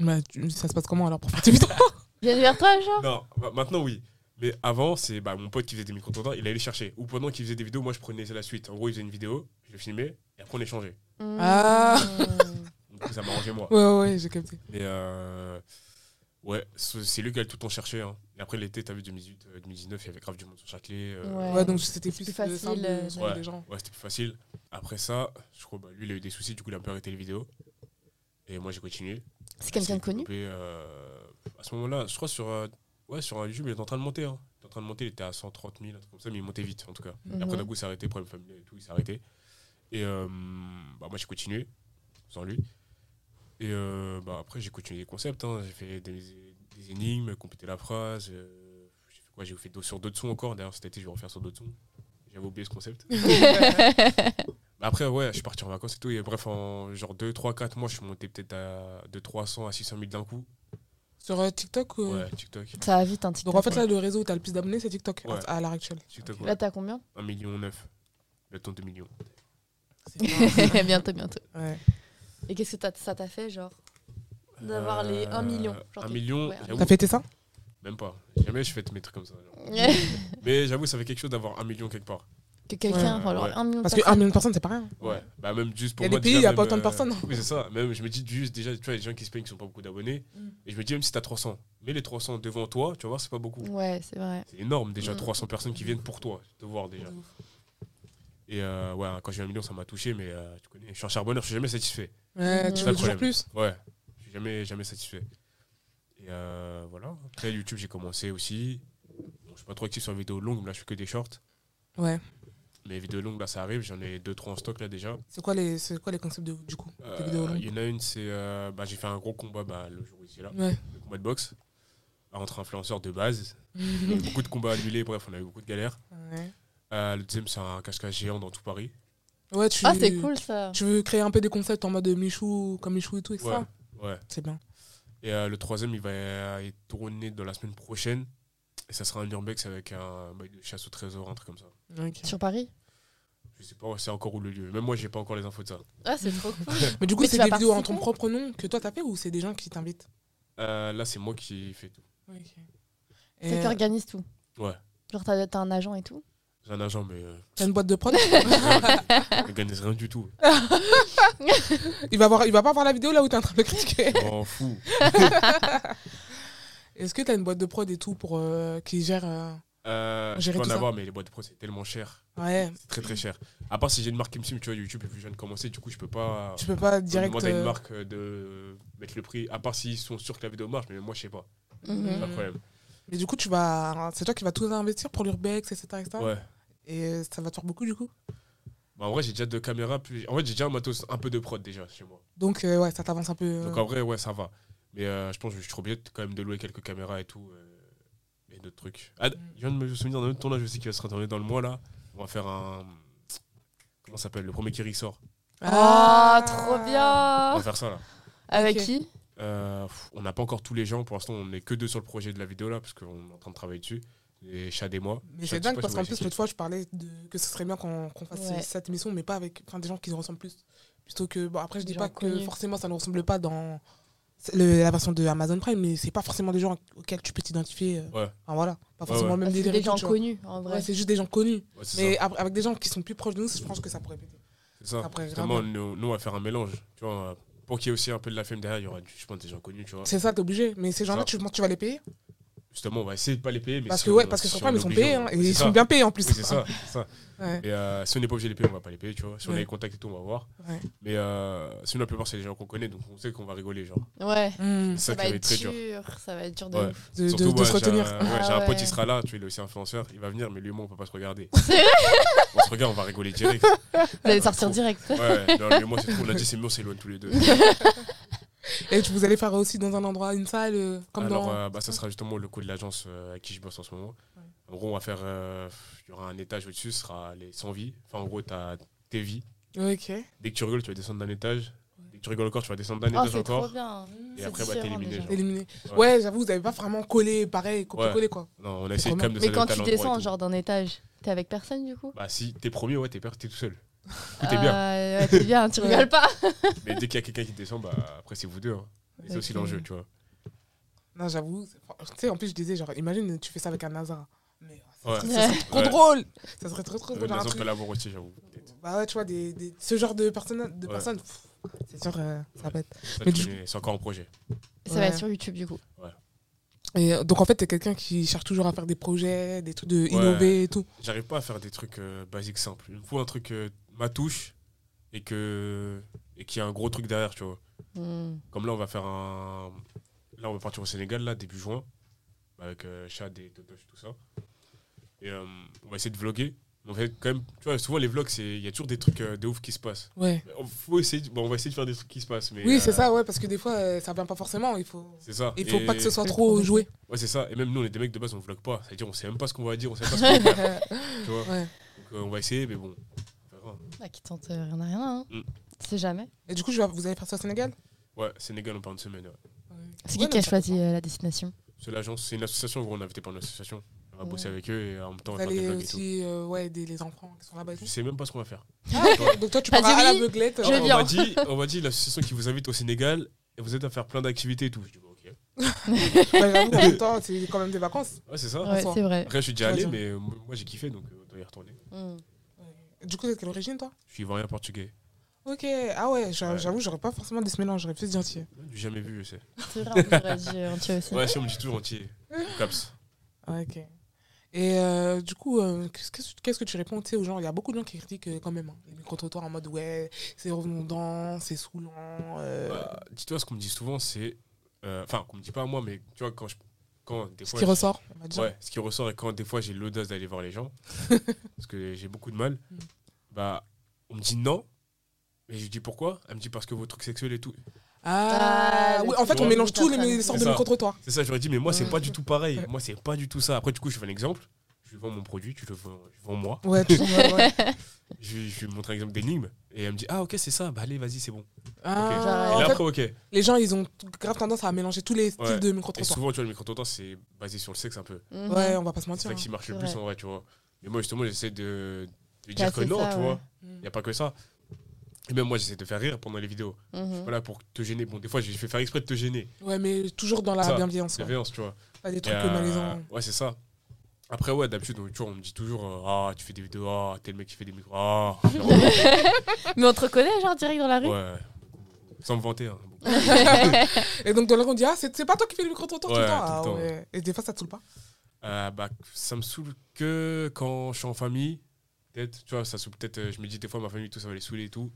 [SPEAKER 1] Bah, tu- ça se passe comment alors pour faire tes vidéos
[SPEAKER 3] Viens vers toi, genre
[SPEAKER 2] Non, ma- maintenant oui. Mais avant, c'est bah, mon pote qui faisait des micro-trottoirs, il allait les chercher. Ou pendant qu'il faisait des vidéos, moi je prenais la suite. En gros, il faisait une vidéo, je le filmais, et après on échangeait.
[SPEAKER 1] Ah.
[SPEAKER 3] Hmm.
[SPEAKER 2] Du coup, ça m'arrangeait moi.
[SPEAKER 1] Ouais, ouais, j'ai capté.
[SPEAKER 2] Mais euh, ouais, c'est c'est lui qui allait tout le temps chercher. hein. Et après l'été, t'as vu 2018, euh, 2019, il y avait grave du monde sur Châtelet. euh,
[SPEAKER 3] Ouais.
[SPEAKER 1] Ouais, donc c'était
[SPEAKER 3] C'est
[SPEAKER 1] plus,
[SPEAKER 3] plus
[SPEAKER 1] euh,
[SPEAKER 3] facile,
[SPEAKER 1] simple de
[SPEAKER 3] euh,
[SPEAKER 1] trouver
[SPEAKER 2] ouais.
[SPEAKER 1] des gens.
[SPEAKER 2] ouais, c'était plus facile. Après ça, je crois bah, lui il a eu des soucis, du coup il a un peu arrêté les vidéos. Et moi j'ai continué.
[SPEAKER 3] C'est quelqu'un
[SPEAKER 2] s'est
[SPEAKER 3] de connu
[SPEAKER 2] développé, euh, à ce moment-là, je crois sur, euh, ouais, sur un YouTube, il était en train de monter. hein. Il était en train de monter, il était à 130 000, un truc comme ça, mais il montait vite en tout cas. Et après,
[SPEAKER 3] Mhm.
[SPEAKER 2] d'un coup, il s'est arrêté, problème familial et tout, il s'est arrêté. Et euh, bah, moi, j'ai continué sans lui. Et euh, bah, après, j'ai continué les concepts. hein. J'ai fait des, des énigmes, compléter la phrase. euh, j'ai fait quoi J'ai fait d'autres- sur d'autres sons encore. D'ailleurs, cet été, je vais refaire sur d'autres sons. J'avais oublié ce concept. Bah, après, ouais, je suis parti en vacances et tout. Et bref, en genre 2, 3, 4 mois, je suis monté peut-être à de 300 à 600 000 d'un coup.
[SPEAKER 1] Sur euh, TikTok
[SPEAKER 3] Mm.
[SPEAKER 1] euh,
[SPEAKER 2] Ouais, TikTok.
[SPEAKER 3] Ça va vite, un TikTok.
[SPEAKER 1] Donc en fait, là, le réseau où t'as le plus d'abonnés, c'est TikTok
[SPEAKER 2] Ouais.
[SPEAKER 1] à, à l'heure actuelle.
[SPEAKER 2] TikTok, ouais.
[SPEAKER 3] Là, t'as combien
[SPEAKER 2] 1 million 9. Bientôt 2 millions.
[SPEAKER 3] Bientôt, bientôt.
[SPEAKER 1] Ouais.
[SPEAKER 3] Et qu'est-ce que t'as- ça t'a fait, genre D'avoir les 1 million, genre
[SPEAKER 2] 1
[SPEAKER 3] t'es-
[SPEAKER 2] Euh, million,
[SPEAKER 3] ouais, un
[SPEAKER 2] j'avoue,
[SPEAKER 1] T'as fêté ça
[SPEAKER 2] Même pas. Jamais je fais mes trucs comme ça. genre. Mais j'avoue, ça fait quelque chose d'avoir un million quelque part.
[SPEAKER 3] que quelqu'un,
[SPEAKER 2] Ouais.
[SPEAKER 3] alors
[SPEAKER 2] Ouais.
[SPEAKER 3] un million de
[SPEAKER 1] Parce que
[SPEAKER 3] personnes.
[SPEAKER 1] 1 million de personnes, c'est pas rien.
[SPEAKER 2] Ouais. Bah, même juste pour
[SPEAKER 1] Il y a
[SPEAKER 2] moi.
[SPEAKER 1] des pays,
[SPEAKER 2] déjà,
[SPEAKER 1] il y a
[SPEAKER 2] même,
[SPEAKER 1] pas autant de
[SPEAKER 2] euh,
[SPEAKER 1] personnes. hein.
[SPEAKER 2] Oui, c'est ça. Même, je me dis juste, déjà, tu vois, les gens qui se plaignent qui sont pas beaucoup d'abonnés.
[SPEAKER 1] Mm.
[SPEAKER 2] Et je me dis, même si t'as 300, mets les 300 devant toi, tu vas voir, c'est pas beaucoup.
[SPEAKER 3] Ouais, c'est vrai.
[SPEAKER 2] C'est énorme déjà,
[SPEAKER 3] Mm.
[SPEAKER 2] 300 personnes qui viennent pour toi, te voir déjà.
[SPEAKER 1] De ouf.
[SPEAKER 2] Et euh, ouais, quand j'ai eu un million, ça m'a touché, mais euh, tu connais, je suis un charbonneur, je suis jamais satisfait.
[SPEAKER 1] Ouais, tu
[SPEAKER 3] C'est
[SPEAKER 1] veux
[SPEAKER 2] un
[SPEAKER 1] toujours
[SPEAKER 2] problème.
[SPEAKER 1] plus.
[SPEAKER 2] Ouais, je suis jamais, jamais satisfait. Et euh, voilà. Après, YouTube, j'ai commencé aussi. Bon, je suis pas trop actif sur les vidéos longues, mais là, je fais que des shorts.
[SPEAKER 1] Ouais.
[SPEAKER 2] Mais les vidéos longues, là, ça arrive, j'en ai 2-3 en stock là déjà.
[SPEAKER 1] C'est quoi les, c'est quoi les concepts de- du coup
[SPEAKER 2] Euh,
[SPEAKER 1] des vidéos longues
[SPEAKER 2] Il y en a une, c'est. euh, bah, j'ai fait un gros combat bah, le jour où il est là,
[SPEAKER 1] Ouais.
[SPEAKER 2] le combat de boxe, entre influenceurs de base. Il y a eu beaucoup de combats annulés, bref, on a eu beaucoup de galères.
[SPEAKER 1] ouais.
[SPEAKER 2] Euh, le deuxième, c'est un cascade géant dans tout Paris.
[SPEAKER 1] Ouais, tu,
[SPEAKER 3] Ah, c'est cool ça.
[SPEAKER 1] Tu veux créer un peu des concepts en mode Michou, comme Michou et tout, etc.
[SPEAKER 2] Ouais, ouais.
[SPEAKER 1] C'est bien.
[SPEAKER 2] Et euh, le troisième, il va euh, être tourné dans la semaine prochaine. Et ça sera un Nuremberg c'est avec un bail de chasse au trésor, un truc comme ça.
[SPEAKER 1] Ok.
[SPEAKER 3] Sur Paris
[SPEAKER 2] Je sais pas, c'est encore où le lieu. Même moi, j'ai pas encore les infos de ça.
[SPEAKER 3] Ah, c'est trop cool.
[SPEAKER 1] Mais du coup,
[SPEAKER 3] Mais tu
[SPEAKER 1] c'est
[SPEAKER 3] vas
[SPEAKER 1] des vidéos en ton
[SPEAKER 3] participer
[SPEAKER 1] propre nom que toi t'as fait ou c'est des gens qui t'invitent
[SPEAKER 2] Euh, là, c'est moi qui fais tout.
[SPEAKER 1] Et
[SPEAKER 3] C'est qui organise tout.
[SPEAKER 2] Ouais.
[SPEAKER 3] Genre, t'as t'as un agent et tout.
[SPEAKER 2] J'ai un agent, mais euh,
[SPEAKER 1] T'as une boîte de prod
[SPEAKER 2] je n'organise rien du tout.
[SPEAKER 1] il va, voir, il va pas voir la vidéo là où t'es en train de le critiquer.
[SPEAKER 2] Je m'en fous.
[SPEAKER 1] Est-ce que t'as une boîte de prod et tout pour euh, qui gère euh,
[SPEAKER 2] Euh, je
[SPEAKER 1] Gérer
[SPEAKER 2] peux en
[SPEAKER 1] tout ça.
[SPEAKER 2] avoir, mais les boîtes de pro, c'est tellement cher.
[SPEAKER 1] Ouais.
[SPEAKER 2] C'est très très cher. À part si j'ai une marque qui me suit, mais tu vois, YouTube est plus jeune de commencer, du coup, je peux pas.
[SPEAKER 1] Tu peux pas
[SPEAKER 2] Ah. on
[SPEAKER 1] direct.
[SPEAKER 2] demande à une
[SPEAKER 1] euh,
[SPEAKER 2] marque de mettre le prix, à part s'ils sont sûrs que la vidéo marche, mais moi, je sais pas. C'est
[SPEAKER 3] Mhm.
[SPEAKER 2] pas
[SPEAKER 1] Mhm.
[SPEAKER 2] le problème.
[SPEAKER 1] Mais du coup, tu vas, c'est toi qui vas tout investir pour l'urbex, etc. etc.
[SPEAKER 2] Ouais.
[SPEAKER 1] Et euh, ça va te faire beaucoup du coup.
[SPEAKER 2] Bah, en vrai, j'ai déjà deux caméras. Puis... En vrai, j'ai déjà un matos un peu de prod déjà chez moi.
[SPEAKER 1] Donc, euh, ouais, ça t'avance un peu. euh,
[SPEAKER 2] Donc en vrai, ouais, ça va. Mais euh, je pense que je suis trop bien quand même de louer quelques caméras et tout. euh, et d'autres trucs.
[SPEAKER 1] Mmh.
[SPEAKER 2] Ah, je viens de me souvenir d'un autre tournage aussi qui va se retourner dans le mois là. On va faire un. Comment ça s'appelle Le premier qui ressort.
[SPEAKER 3] Ah, trop
[SPEAKER 2] On
[SPEAKER 3] bien
[SPEAKER 1] Oh.
[SPEAKER 2] va faire ça là.
[SPEAKER 3] Avec
[SPEAKER 1] Ok.
[SPEAKER 3] qui
[SPEAKER 2] Euh, pff, on n'a pas encore tous les gens. Pour l'instant, on est que deux sur le projet de la vidéo là parce qu'on est en train de travailler dessus. Et Chad et moi.
[SPEAKER 1] Mais
[SPEAKER 2] Chad,
[SPEAKER 1] c'est
[SPEAKER 2] je sais
[SPEAKER 1] dingue
[SPEAKER 2] pas
[SPEAKER 1] parce
[SPEAKER 2] si on
[SPEAKER 1] qu'en
[SPEAKER 2] va
[SPEAKER 1] plus,
[SPEAKER 2] checker.
[SPEAKER 1] l'autre fois, je parlais de que ce serait bien qu'on qu'on fasse
[SPEAKER 3] Ouais.
[SPEAKER 1] cette émission, mais pas avec enfin, des gens qui nous ressemblent plus. Plutôt que. Bon, après, je
[SPEAKER 3] Des
[SPEAKER 1] dis
[SPEAKER 3] gens
[SPEAKER 1] pas que
[SPEAKER 3] connus.
[SPEAKER 1] forcément ça ne ressemble pas dans c'est le- la version de Amazon Prime, mais c'est pas forcément des gens auxquels tu peux t'identifier. euh.
[SPEAKER 2] Ouais.
[SPEAKER 1] Enfin, voilà. Pas forcément
[SPEAKER 2] ouais.
[SPEAKER 1] le
[SPEAKER 3] Parce
[SPEAKER 1] même
[SPEAKER 3] que
[SPEAKER 1] délire.
[SPEAKER 3] des
[SPEAKER 1] et tout,
[SPEAKER 3] gens
[SPEAKER 1] tu vois.
[SPEAKER 3] connus en vrai.
[SPEAKER 1] Ouais, c'est juste des gens connus.
[SPEAKER 2] Ouais, c'est
[SPEAKER 1] Mais
[SPEAKER 2] ça.
[SPEAKER 1] ap- avec des gens qui sont plus proches de nous, je pense que ça pourrait péter.
[SPEAKER 2] C'est ça.
[SPEAKER 1] après,
[SPEAKER 2] Justement,
[SPEAKER 1] grave.
[SPEAKER 2] nous, nous, on va faire un mélange. Tu vois, euh, pour qu'il y ait aussi un peu de la femme derrière, il y aura, du- je pense, des gens connus. Tu vois.
[SPEAKER 1] C'est ça, t'es obligé. Mais ces gens-là,
[SPEAKER 2] Ça.
[SPEAKER 1] tu, penses que tu vas les payer
[SPEAKER 2] Justement, on va essayer de pas les payer. Mais
[SPEAKER 1] Parce
[SPEAKER 2] si
[SPEAKER 1] que,
[SPEAKER 2] on-
[SPEAKER 1] ouais, parce que
[SPEAKER 2] si
[SPEAKER 1] sur
[SPEAKER 2] on
[SPEAKER 1] Prime,
[SPEAKER 2] est
[SPEAKER 1] ils sont
[SPEAKER 2] obligé,
[SPEAKER 1] payés.
[SPEAKER 2] on-
[SPEAKER 1] hein, et
[SPEAKER 2] c'est
[SPEAKER 1] ils
[SPEAKER 2] ça.
[SPEAKER 1] sont bien payés en plus.
[SPEAKER 2] Oui, c'est ça, c'est ça.
[SPEAKER 1] Ouais.
[SPEAKER 2] Mais euh, si on n'est pas obligé de les payer, on va pas les payer, tu vois. Si on a
[SPEAKER 1] Ouais.
[SPEAKER 2] les contacts et tout, on va voir.
[SPEAKER 1] Ouais.
[SPEAKER 2] Mais euh, sinon, la plupart, c'est des gens qu'on connaît, donc on sait qu'on va rigoler, genre.
[SPEAKER 3] Ouais.
[SPEAKER 1] Mmh.
[SPEAKER 2] C'est
[SPEAKER 3] Ça
[SPEAKER 2] ça qui
[SPEAKER 3] va
[SPEAKER 2] va être
[SPEAKER 3] être
[SPEAKER 2] très dur.
[SPEAKER 3] dur. Ça va être dur de
[SPEAKER 2] Ouais.
[SPEAKER 3] ouf.
[SPEAKER 1] De, de-
[SPEAKER 2] Surtout,
[SPEAKER 1] de
[SPEAKER 2] ouais,
[SPEAKER 1] se
[SPEAKER 2] j'ai
[SPEAKER 1] retenir.
[SPEAKER 2] un- ouais,
[SPEAKER 3] Ah
[SPEAKER 2] j'ai un pote,
[SPEAKER 3] ouais.
[SPEAKER 2] il sera là, tu vois, il est aussi influenceur, il va venir, mais lui et moi, on peut pas se regarder.
[SPEAKER 3] C'est
[SPEAKER 2] on se
[SPEAKER 3] vrai
[SPEAKER 2] regarde, on va rigoler direct.
[SPEAKER 3] Vous allez
[SPEAKER 2] Ouais,
[SPEAKER 3] sortir
[SPEAKER 2] Ah, trop.
[SPEAKER 3] direct. Ah,
[SPEAKER 2] Ouais, non, lui et moi, c'est trop, on a dit, c'est mieux, on s'éloigne tous les deux.
[SPEAKER 1] Et tu- vous allez faire aussi dans un endroit, une salle, euh, comme
[SPEAKER 2] Alors,
[SPEAKER 1] dans.
[SPEAKER 2] euh, bah, ça sera justement le coup de l'agence euh, à qui je bosse en ce moment.
[SPEAKER 1] Ouais.
[SPEAKER 2] En gros, on va faire. euh, Il y aura un étage au-dessus, ce sera les 100 vies. Enfin, en gros, t'as tes vies.
[SPEAKER 1] Ok.
[SPEAKER 2] Dès que tu rigoles, tu vas descendre d'un étage. Dès que tu rigoles encore, tu vas descendre d'un
[SPEAKER 3] Oh,
[SPEAKER 2] étage
[SPEAKER 3] c'est trop
[SPEAKER 2] encore.
[SPEAKER 3] bien.
[SPEAKER 2] Et
[SPEAKER 3] C'est
[SPEAKER 2] après, bah, t'es
[SPEAKER 3] différent,
[SPEAKER 2] éliminé.
[SPEAKER 3] déjà.
[SPEAKER 2] genre.
[SPEAKER 1] éliminé.
[SPEAKER 2] Ouais.
[SPEAKER 1] Ouais, j'avoue, vous avez pas vraiment collé, pareil, copié-collé quoi.
[SPEAKER 2] Non, on a essayé
[SPEAKER 1] trop
[SPEAKER 2] quand même de
[SPEAKER 3] Mais quand
[SPEAKER 2] s'adapter à
[SPEAKER 3] tu
[SPEAKER 2] l'endroit et
[SPEAKER 3] descends,
[SPEAKER 2] tout.
[SPEAKER 3] genre d'un étage, t'es avec personne du coup
[SPEAKER 2] Bah, si t'es premier, ouais, t'es per- t'es tout seul.
[SPEAKER 3] Ah,
[SPEAKER 2] t'es bien.
[SPEAKER 3] ouais, T'es bien, tu
[SPEAKER 1] Ouais.
[SPEAKER 3] rigoles pas.
[SPEAKER 2] Mais dès qu'il y a quelqu'un qui descend, bah, après, c'est vous deux. hein. Et C'est aussi
[SPEAKER 1] Ok.
[SPEAKER 2] l'enjeu, tu vois.
[SPEAKER 1] Non, j'avoue. c'est- Tu sais, en plus, je disais, genre, imagine, tu fais ça avec un NASA. Mais oh, ça
[SPEAKER 2] Ouais.
[SPEAKER 1] serait- ça serait trop
[SPEAKER 2] Ouais.
[SPEAKER 1] drôle. Ça serait trop, trop
[SPEAKER 2] On
[SPEAKER 1] drôle. un
[SPEAKER 2] a
[SPEAKER 1] truc-
[SPEAKER 2] collabore aussi, j'avoue. peut-être.
[SPEAKER 1] Bah ouais, tu vois, des, des- ce genre de personnes, de
[SPEAKER 2] Ouais.
[SPEAKER 1] personnes pff, c'est sûr, euh, ça va être.
[SPEAKER 2] Ça,
[SPEAKER 1] Mais
[SPEAKER 2] tu
[SPEAKER 1] du-
[SPEAKER 2] connais, C'est encore en projet.
[SPEAKER 3] Ça va être
[SPEAKER 1] Ouais.
[SPEAKER 3] sur YouTube du coup.
[SPEAKER 1] Et euh, donc, en fait, t'es quelqu'un qui cherche toujours à faire des projets, des trucs de innover et tout.
[SPEAKER 2] J'arrive pas à faire des trucs euh, basiques simples. Il me faut un truc euh, ma touche et que et qu'il y a un gros truc derrière, tu vois.
[SPEAKER 3] Hmm.
[SPEAKER 2] Comme là, on va faire un. Là, on va partir au Sénégal, là, début juin, avec euh, Chad et Totoche, tout ça. Et euh, on va essayer de vlogger. On va quand même, tu vois, souvent les vlogs, c'est- il y a toujours des trucs euh, de ouf qui se passent.
[SPEAKER 1] Ouais.
[SPEAKER 2] Mais on- Faut essayer de- bon, on va essayer de faire des trucs qui se passent. Mais,
[SPEAKER 1] oui,
[SPEAKER 2] euh,
[SPEAKER 1] c'est ça, ouais, parce que des fois, euh, ça vient pas forcément. Il faut,
[SPEAKER 2] C'est ça.
[SPEAKER 1] il faut
[SPEAKER 2] Et-
[SPEAKER 1] pas que ce soit
[SPEAKER 3] Faut
[SPEAKER 1] trop
[SPEAKER 3] progresser.
[SPEAKER 1] joué.
[SPEAKER 2] Ouais, c'est ça. Et même nous, on est des mecs de base, on vlog pas. C'est-à-dire, on sait même pas ce qu'on va dire, on sait pas ce qu'on va faire. Tu vois
[SPEAKER 1] Ouais.
[SPEAKER 2] Donc, euh, on va essayer, mais bon. on verra.
[SPEAKER 3] Bah, qui tente euh, rien à rien. Hein.
[SPEAKER 2] Hmm.
[SPEAKER 3] C'est jamais.
[SPEAKER 1] Et du coup, je vais- vous allez faire ça au Sénégal
[SPEAKER 2] Ouais, Sénégal, on part une semaine. ouais.
[SPEAKER 3] C'est
[SPEAKER 1] Ouais,
[SPEAKER 3] qui qui a
[SPEAKER 1] non,
[SPEAKER 3] choisi euh, la destination
[SPEAKER 2] C'est l'agence, c'est une association, en gros, on a invité par une association. On va
[SPEAKER 3] Ouais.
[SPEAKER 2] bosser avec eux et en même temps, on
[SPEAKER 1] Vous
[SPEAKER 2] va faire des
[SPEAKER 1] allez
[SPEAKER 2] vlogs et tout.
[SPEAKER 1] aussi euh, ouais, aider les enfants qui sont là-bas et
[SPEAKER 2] Je
[SPEAKER 1] tout.
[SPEAKER 2] sais même pas ce qu'on va faire. Ah,
[SPEAKER 1] Ah, ok. Donc toi, tu
[SPEAKER 3] T'as
[SPEAKER 1] pars à
[SPEAKER 3] dit oui,
[SPEAKER 1] l'aveuglette.
[SPEAKER 3] je
[SPEAKER 1] euh,
[SPEAKER 2] on
[SPEAKER 3] viens.
[SPEAKER 2] m'a dit, on m'a dit l'association qui vous invite au Sénégal et vous êtes à faire plein d'activités et tout. Je dis, bon, ok.
[SPEAKER 1] Bah, j'avoue, en même temps, c'est quand même des vacances.
[SPEAKER 2] Ouais, c'est ça.
[SPEAKER 3] Ouais,
[SPEAKER 1] soi.
[SPEAKER 3] c'est vrai.
[SPEAKER 2] Après, je suis déjà
[SPEAKER 1] Vas-y.
[SPEAKER 2] allé, mais euh, moi, j'ai kiffé, donc euh, on doit y retourner.
[SPEAKER 3] Mm.
[SPEAKER 1] Du coup, t'es de quelle origine, toi
[SPEAKER 2] Je suis ivoirien portugais.
[SPEAKER 1] Ok, ah ouais, j'a-
[SPEAKER 2] Ouais.
[SPEAKER 1] j'avoue, j'aurais pas forcément dit ce mélange, j'aurais plus dit entier.
[SPEAKER 2] J'ai jamais vu, je sais.
[SPEAKER 3] C'est vrai, on dirait, j'ai- on tient aussi.
[SPEAKER 2] Ouais, si on me dit toujours entier. Au Caps.
[SPEAKER 1] Ah, ok. Et euh, du coup, euh, qu'est-ce que qu'est-ce que tu réponds tu sais, aux gens Il y a beaucoup de gens qui critiquent euh, quand même hein, les micro-trottoirs en mode ouais, c'est redondant, c'est saoulant. euh,
[SPEAKER 2] Bah, Dis-toi, ce qu'on me dit souvent, c'est. euh, Enfin, qu'on me dit pas à moi, mais tu vois, quand je. Quand des
[SPEAKER 1] ce
[SPEAKER 2] fois,
[SPEAKER 1] qui
[SPEAKER 2] je-
[SPEAKER 1] ressort, on va dire.
[SPEAKER 2] Ouais, ce qui ressort, et quand des fois j'ai l'audace d'aller voir les gens, parce que j'ai beaucoup de mal,
[SPEAKER 1] Mm.
[SPEAKER 2] bah, on me dit non, mais je lui dis pourquoi Elle me dit parce que vos trucs sexuels et tout.
[SPEAKER 1] Ah,
[SPEAKER 3] Ah,
[SPEAKER 1] oui,
[SPEAKER 3] le
[SPEAKER 1] en fait,
[SPEAKER 2] truc
[SPEAKER 1] on
[SPEAKER 2] de
[SPEAKER 1] mélange tous
[SPEAKER 3] micro-trottoir,
[SPEAKER 1] les
[SPEAKER 3] ça.
[SPEAKER 1] sortes
[SPEAKER 2] C'est
[SPEAKER 1] de
[SPEAKER 2] ça.
[SPEAKER 1] micro-trottoirs.
[SPEAKER 2] C'est ça, j'aurais dit, mais moi, c'est
[SPEAKER 3] Mm.
[SPEAKER 2] pas du tout pareil. Moi, c'est pas du tout ça. Après, du coup, je fais un exemple. Je lui vends mon produit, tu le vends, je vends moi.
[SPEAKER 1] Ouais, tu- ouais, ouais.
[SPEAKER 2] Je, je lui montre un exemple d'énigme, et elle me dit, ah, ok, c'est ça, bah, allez, vas-y, c'est bon.
[SPEAKER 1] Ah,
[SPEAKER 2] et là,
[SPEAKER 1] en fait,
[SPEAKER 2] après, ok. Et
[SPEAKER 1] les gens, ils ont grave tendance à mélanger tous les styles
[SPEAKER 2] Ouais.
[SPEAKER 1] de micro-trottoirs.
[SPEAKER 2] souvent, tu vois, le micro-trottoir, c'est basé sur le sexe un peu.
[SPEAKER 3] Mhm.
[SPEAKER 1] Ouais, on va pas se
[SPEAKER 2] C'est
[SPEAKER 1] mentir. hein.
[SPEAKER 2] ça qui marche le
[SPEAKER 3] c'est
[SPEAKER 2] plus
[SPEAKER 3] vrai.
[SPEAKER 2] en vrai, tu vois. Mais moi, justement, j'essaie de, de dire que
[SPEAKER 3] Casser
[SPEAKER 2] non,
[SPEAKER 3] ça,
[SPEAKER 2] tu
[SPEAKER 3] ouais. Mm.
[SPEAKER 2] vois.
[SPEAKER 1] hein.
[SPEAKER 2] Il n'y a pas que ça. Et même moi, j'essaie de faire rire pendant les vidéos.
[SPEAKER 3] Mhm.
[SPEAKER 2] Voilà, pour te gêner. Bon, des fois, je fais faire exprès de te gêner.
[SPEAKER 1] Ouais, mais toujours dans la
[SPEAKER 2] Ça,
[SPEAKER 1] bienveillance.
[SPEAKER 2] C'est
[SPEAKER 1] ouais.
[SPEAKER 2] violence, tu vois.
[SPEAKER 1] Pas des
[SPEAKER 2] Et,
[SPEAKER 1] trucs
[SPEAKER 2] euh,
[SPEAKER 1] malaisants.
[SPEAKER 2] Ouais, c'est ça. Après, ouais, d'habitude, on- tu vois, on me dit toujours euh, Ah, tu fais des vidéos, ah, t'es le mec qui fait des micros, ah. Genre,
[SPEAKER 3] Mais on te reconnaît, genre, direct dans la rue
[SPEAKER 2] ouais. Sans me vanter. hein.
[SPEAKER 1] Et donc, dans la rue, on dit Ah, c'est c'est pas toi qui fais le micro-trottoir tout le
[SPEAKER 2] Ouais,
[SPEAKER 1] temps.
[SPEAKER 2] tout le
[SPEAKER 1] Ah,
[SPEAKER 2] temps.
[SPEAKER 1] ouais. Et des fois, ça te saoule pas.
[SPEAKER 2] Euh, bah, ça me saoule que quand je suis en famille. Peut-être, tu vois, ça saoule peut-être. euh, Je me dis des fois, ma famille, tout ça va les saouler et tout.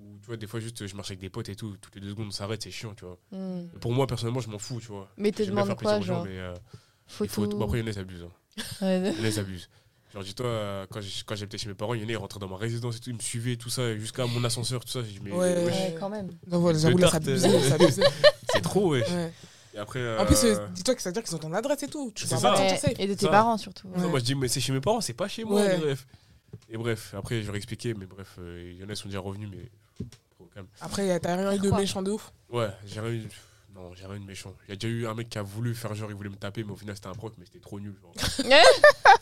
[SPEAKER 2] Ou, tu vois, des fois, juste, euh, je marche avec des potes et tout. Toutes les deux secondes, on s'arrête, c'est chiant, tu vois.
[SPEAKER 3] Mhm.
[SPEAKER 2] Pour moi, personnellement, je m'en fous, tu vois.
[SPEAKER 3] Mais te
[SPEAKER 2] J'aime bien
[SPEAKER 3] demande
[SPEAKER 2] faire
[SPEAKER 3] quoi,
[SPEAKER 2] plaisir aux gens,
[SPEAKER 3] genre
[SPEAKER 2] mais, euh, il
[SPEAKER 3] Photo
[SPEAKER 2] faut- bon, après, il y en a, ils abusent. hein.
[SPEAKER 3] Ouais.
[SPEAKER 2] Il y en a, ils abusent. Genre, dis-toi, euh, quand j'ai- quand j'habitais chez mes parents, il y en a, ils rentraient dans ma résidence et tout, ils me suivaient, et tout ça, et jusqu'à mon ascenseur, tout ça. J'ai dit, mais
[SPEAKER 1] Ouais.
[SPEAKER 2] wesh,
[SPEAKER 3] Ouais, quand même.
[SPEAKER 1] Donc, voilà,
[SPEAKER 2] Deux
[SPEAKER 1] j'avoue, là, ça
[SPEAKER 2] tartes, euh,
[SPEAKER 1] abuse. ça abuse.
[SPEAKER 2] c'est trop, wesh.
[SPEAKER 1] Ouais.
[SPEAKER 2] Et après, euh,
[SPEAKER 1] En plus, euh, dis-toi que ça veut dire qu'ils ont ton adresse et tout. Tu
[SPEAKER 2] C'est
[SPEAKER 1] vas
[SPEAKER 2] ça.
[SPEAKER 1] pas te
[SPEAKER 3] Ouais,
[SPEAKER 1] sentir safe.
[SPEAKER 3] Et de tes
[SPEAKER 2] Ça.
[SPEAKER 3] parents, surtout.
[SPEAKER 1] Ouais.
[SPEAKER 2] moi, je dis, mais c'est chez mes parents, c'est pas chez moi,
[SPEAKER 1] Ouais.
[SPEAKER 2] mais bref. Et bref, après, je leur expliquais, mais bref, euh, il y en a, ils sont déjà revenus, mais. Trop calme.
[SPEAKER 1] Après, euh, t'as rien eu de
[SPEAKER 3] Pourquoi
[SPEAKER 1] méchant de ouf.
[SPEAKER 2] Ouais, j'ai rien eu. Non, j'ai rien eu de méchant. Il y a déjà eu un mec qui a voulu faire genre, il voulait me taper, mais au final, c'était un proc, mais c'était trop nul. Genre.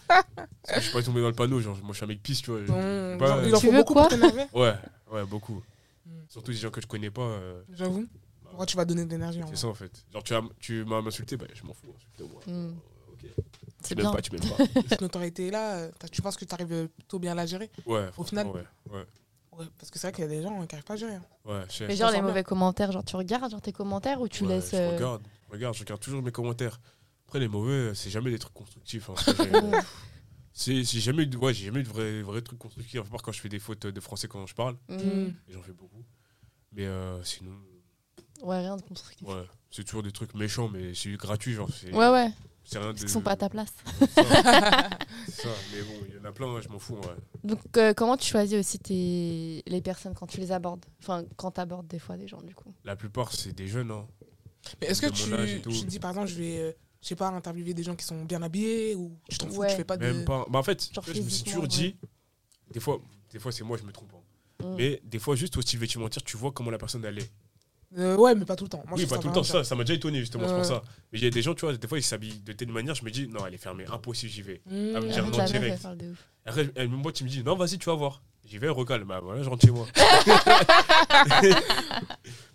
[SPEAKER 2] Parce que je suis pas tombé dans le panneau, genre, moi, je suis un mec pisse, tu vois.
[SPEAKER 1] Hum,
[SPEAKER 2] Bah,
[SPEAKER 1] genre,
[SPEAKER 2] ouais.
[SPEAKER 1] Il en
[SPEAKER 3] Tu
[SPEAKER 1] faut
[SPEAKER 3] veux
[SPEAKER 1] beaucoup
[SPEAKER 3] quoi
[SPEAKER 1] pour t'énerver.
[SPEAKER 2] Ouais, ouais, beaucoup.
[SPEAKER 1] Mm.
[SPEAKER 2] Surtout des gens que je connais pas. euh,
[SPEAKER 1] J'avoue. Pourquoi tu vas donner de
[SPEAKER 3] Ah,
[SPEAKER 1] l'énergie en
[SPEAKER 2] c'est
[SPEAKER 1] vrai
[SPEAKER 2] ça en fait. Genre, tu, as- tu m'as insulté, bah, je m'en fous. insulte-moi.
[SPEAKER 3] Mm.
[SPEAKER 2] Ok.
[SPEAKER 3] C'est
[SPEAKER 2] Tu m'aimes
[SPEAKER 3] bien.
[SPEAKER 2] pas, tu m'aimes pas.
[SPEAKER 1] Cette notoriété là, euh, t'as- tu penses que t'arrives euh, plutôt bien à la gérer
[SPEAKER 2] Ouais,
[SPEAKER 1] Au final-
[SPEAKER 2] franchement, Ouais, ouais.
[SPEAKER 1] Ouais, parce que c'est vrai qu'il y a des gens euh, qui arrivent pas à gérer. hein.
[SPEAKER 2] ouais je sais.
[SPEAKER 3] Mais genre, les
[SPEAKER 1] ressemble
[SPEAKER 3] mauvais commentaires, genre, tu regardes genre, tes commentaires ou tu
[SPEAKER 2] Ouais,
[SPEAKER 3] laisses.
[SPEAKER 2] je
[SPEAKER 3] euh,
[SPEAKER 2] regarde, je regarde, je regarde toujours mes commentaires. Après, les mauvais, euh, c'est jamais des trucs constructifs. hein. C'est- c'est c'est jamais eu de, ouais, j'ai jamais eu de vrais, vrais trucs constructifs, à part quand je fais des fautes de français quand je parle.
[SPEAKER 3] Mm.
[SPEAKER 2] et J'en fais beaucoup. Mais euh, sinon,
[SPEAKER 3] Ouais, rien de constructif.
[SPEAKER 2] ouais, c'est toujours des trucs méchants, mais c'est gratuit. Genre, c'est
[SPEAKER 3] Ouais, ouais.
[SPEAKER 2] c'est rien
[SPEAKER 3] Parce
[SPEAKER 2] de.
[SPEAKER 3] qu'ils sont pas à ta place.
[SPEAKER 2] C'est ça. C'est ça, mais bon, il y en a plein, ouais, je m'en fous. ouais.
[SPEAKER 3] Donc, euh, comment tu choisis aussi tes... les personnes quand tu les abordes Enfin, quand tu abordes des fois des gens, du coup.
[SPEAKER 2] La plupart, c'est des jeunes. Hein.
[SPEAKER 1] Mais est-ce que
[SPEAKER 2] De mon âge et
[SPEAKER 1] tu,
[SPEAKER 2] tout.
[SPEAKER 1] tu te dis par exemple, je vais, euh, je sais pas, interviewer des gens qui sont bien habillés ou tu t'en fous,
[SPEAKER 3] Ouais.
[SPEAKER 1] tu fais pas de.
[SPEAKER 2] Même pas. Bah, en fait,
[SPEAKER 3] Genre
[SPEAKER 2] tu vois, je me suis
[SPEAKER 3] physiquement,
[SPEAKER 2] toujours dit, des fois, des fois c'est moi, je me trompe. hein.
[SPEAKER 3] Mm.
[SPEAKER 2] Mais des fois, juste au style vestimentaire, tu vois comment la personne elle est.
[SPEAKER 1] Euh, ouais, mais pas tout le temps. Moi, je
[SPEAKER 2] oui,
[SPEAKER 1] trouve
[SPEAKER 2] pas tout le
[SPEAKER 1] vraiment
[SPEAKER 2] temps, ça, ça m'a déjà étonné justement, c'est
[SPEAKER 1] Ouais.
[SPEAKER 2] pour ça. Mais il y a des gens, tu vois, des fois ils s'habillent de telle manière, je me dis, non, elle est fermée, impossible, j'y vais.
[SPEAKER 1] bien.
[SPEAKER 2] Ah,
[SPEAKER 1] Mmh.
[SPEAKER 2] me dire
[SPEAKER 3] Arrête
[SPEAKER 2] non
[SPEAKER 3] la meuf,
[SPEAKER 2] direct.
[SPEAKER 3] elle parle de ouf.
[SPEAKER 2] Après, elle me voit, tu me dis, non, vas-y, tu vas voir. J'y vais, recale, bah voilà, je rentre chez moi.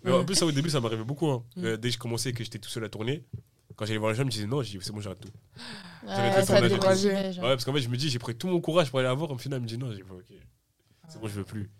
[SPEAKER 2] Mais en plus, ça au début, ça m'arrivait beaucoup. hein.
[SPEAKER 1] Mm.
[SPEAKER 2] Euh, dès que je commençais et que j'étais tout seul à tourner, quand j'allais voir les gens, ils me disaient, non, je dis, c'est bon, j'arrête tout. J'avais
[SPEAKER 3] Ouais,
[SPEAKER 2] fait
[SPEAKER 3] ça
[SPEAKER 2] tourner,
[SPEAKER 3] te
[SPEAKER 2] j'ai
[SPEAKER 1] croisé.
[SPEAKER 3] démotivait, genre.
[SPEAKER 2] Ouais, parce qu'en fait, je me dis, j'ai pris tout mon courage pour aller la voir, au final, elle me dit, non, j'ai pas, ok, c'est bon, je veux plus.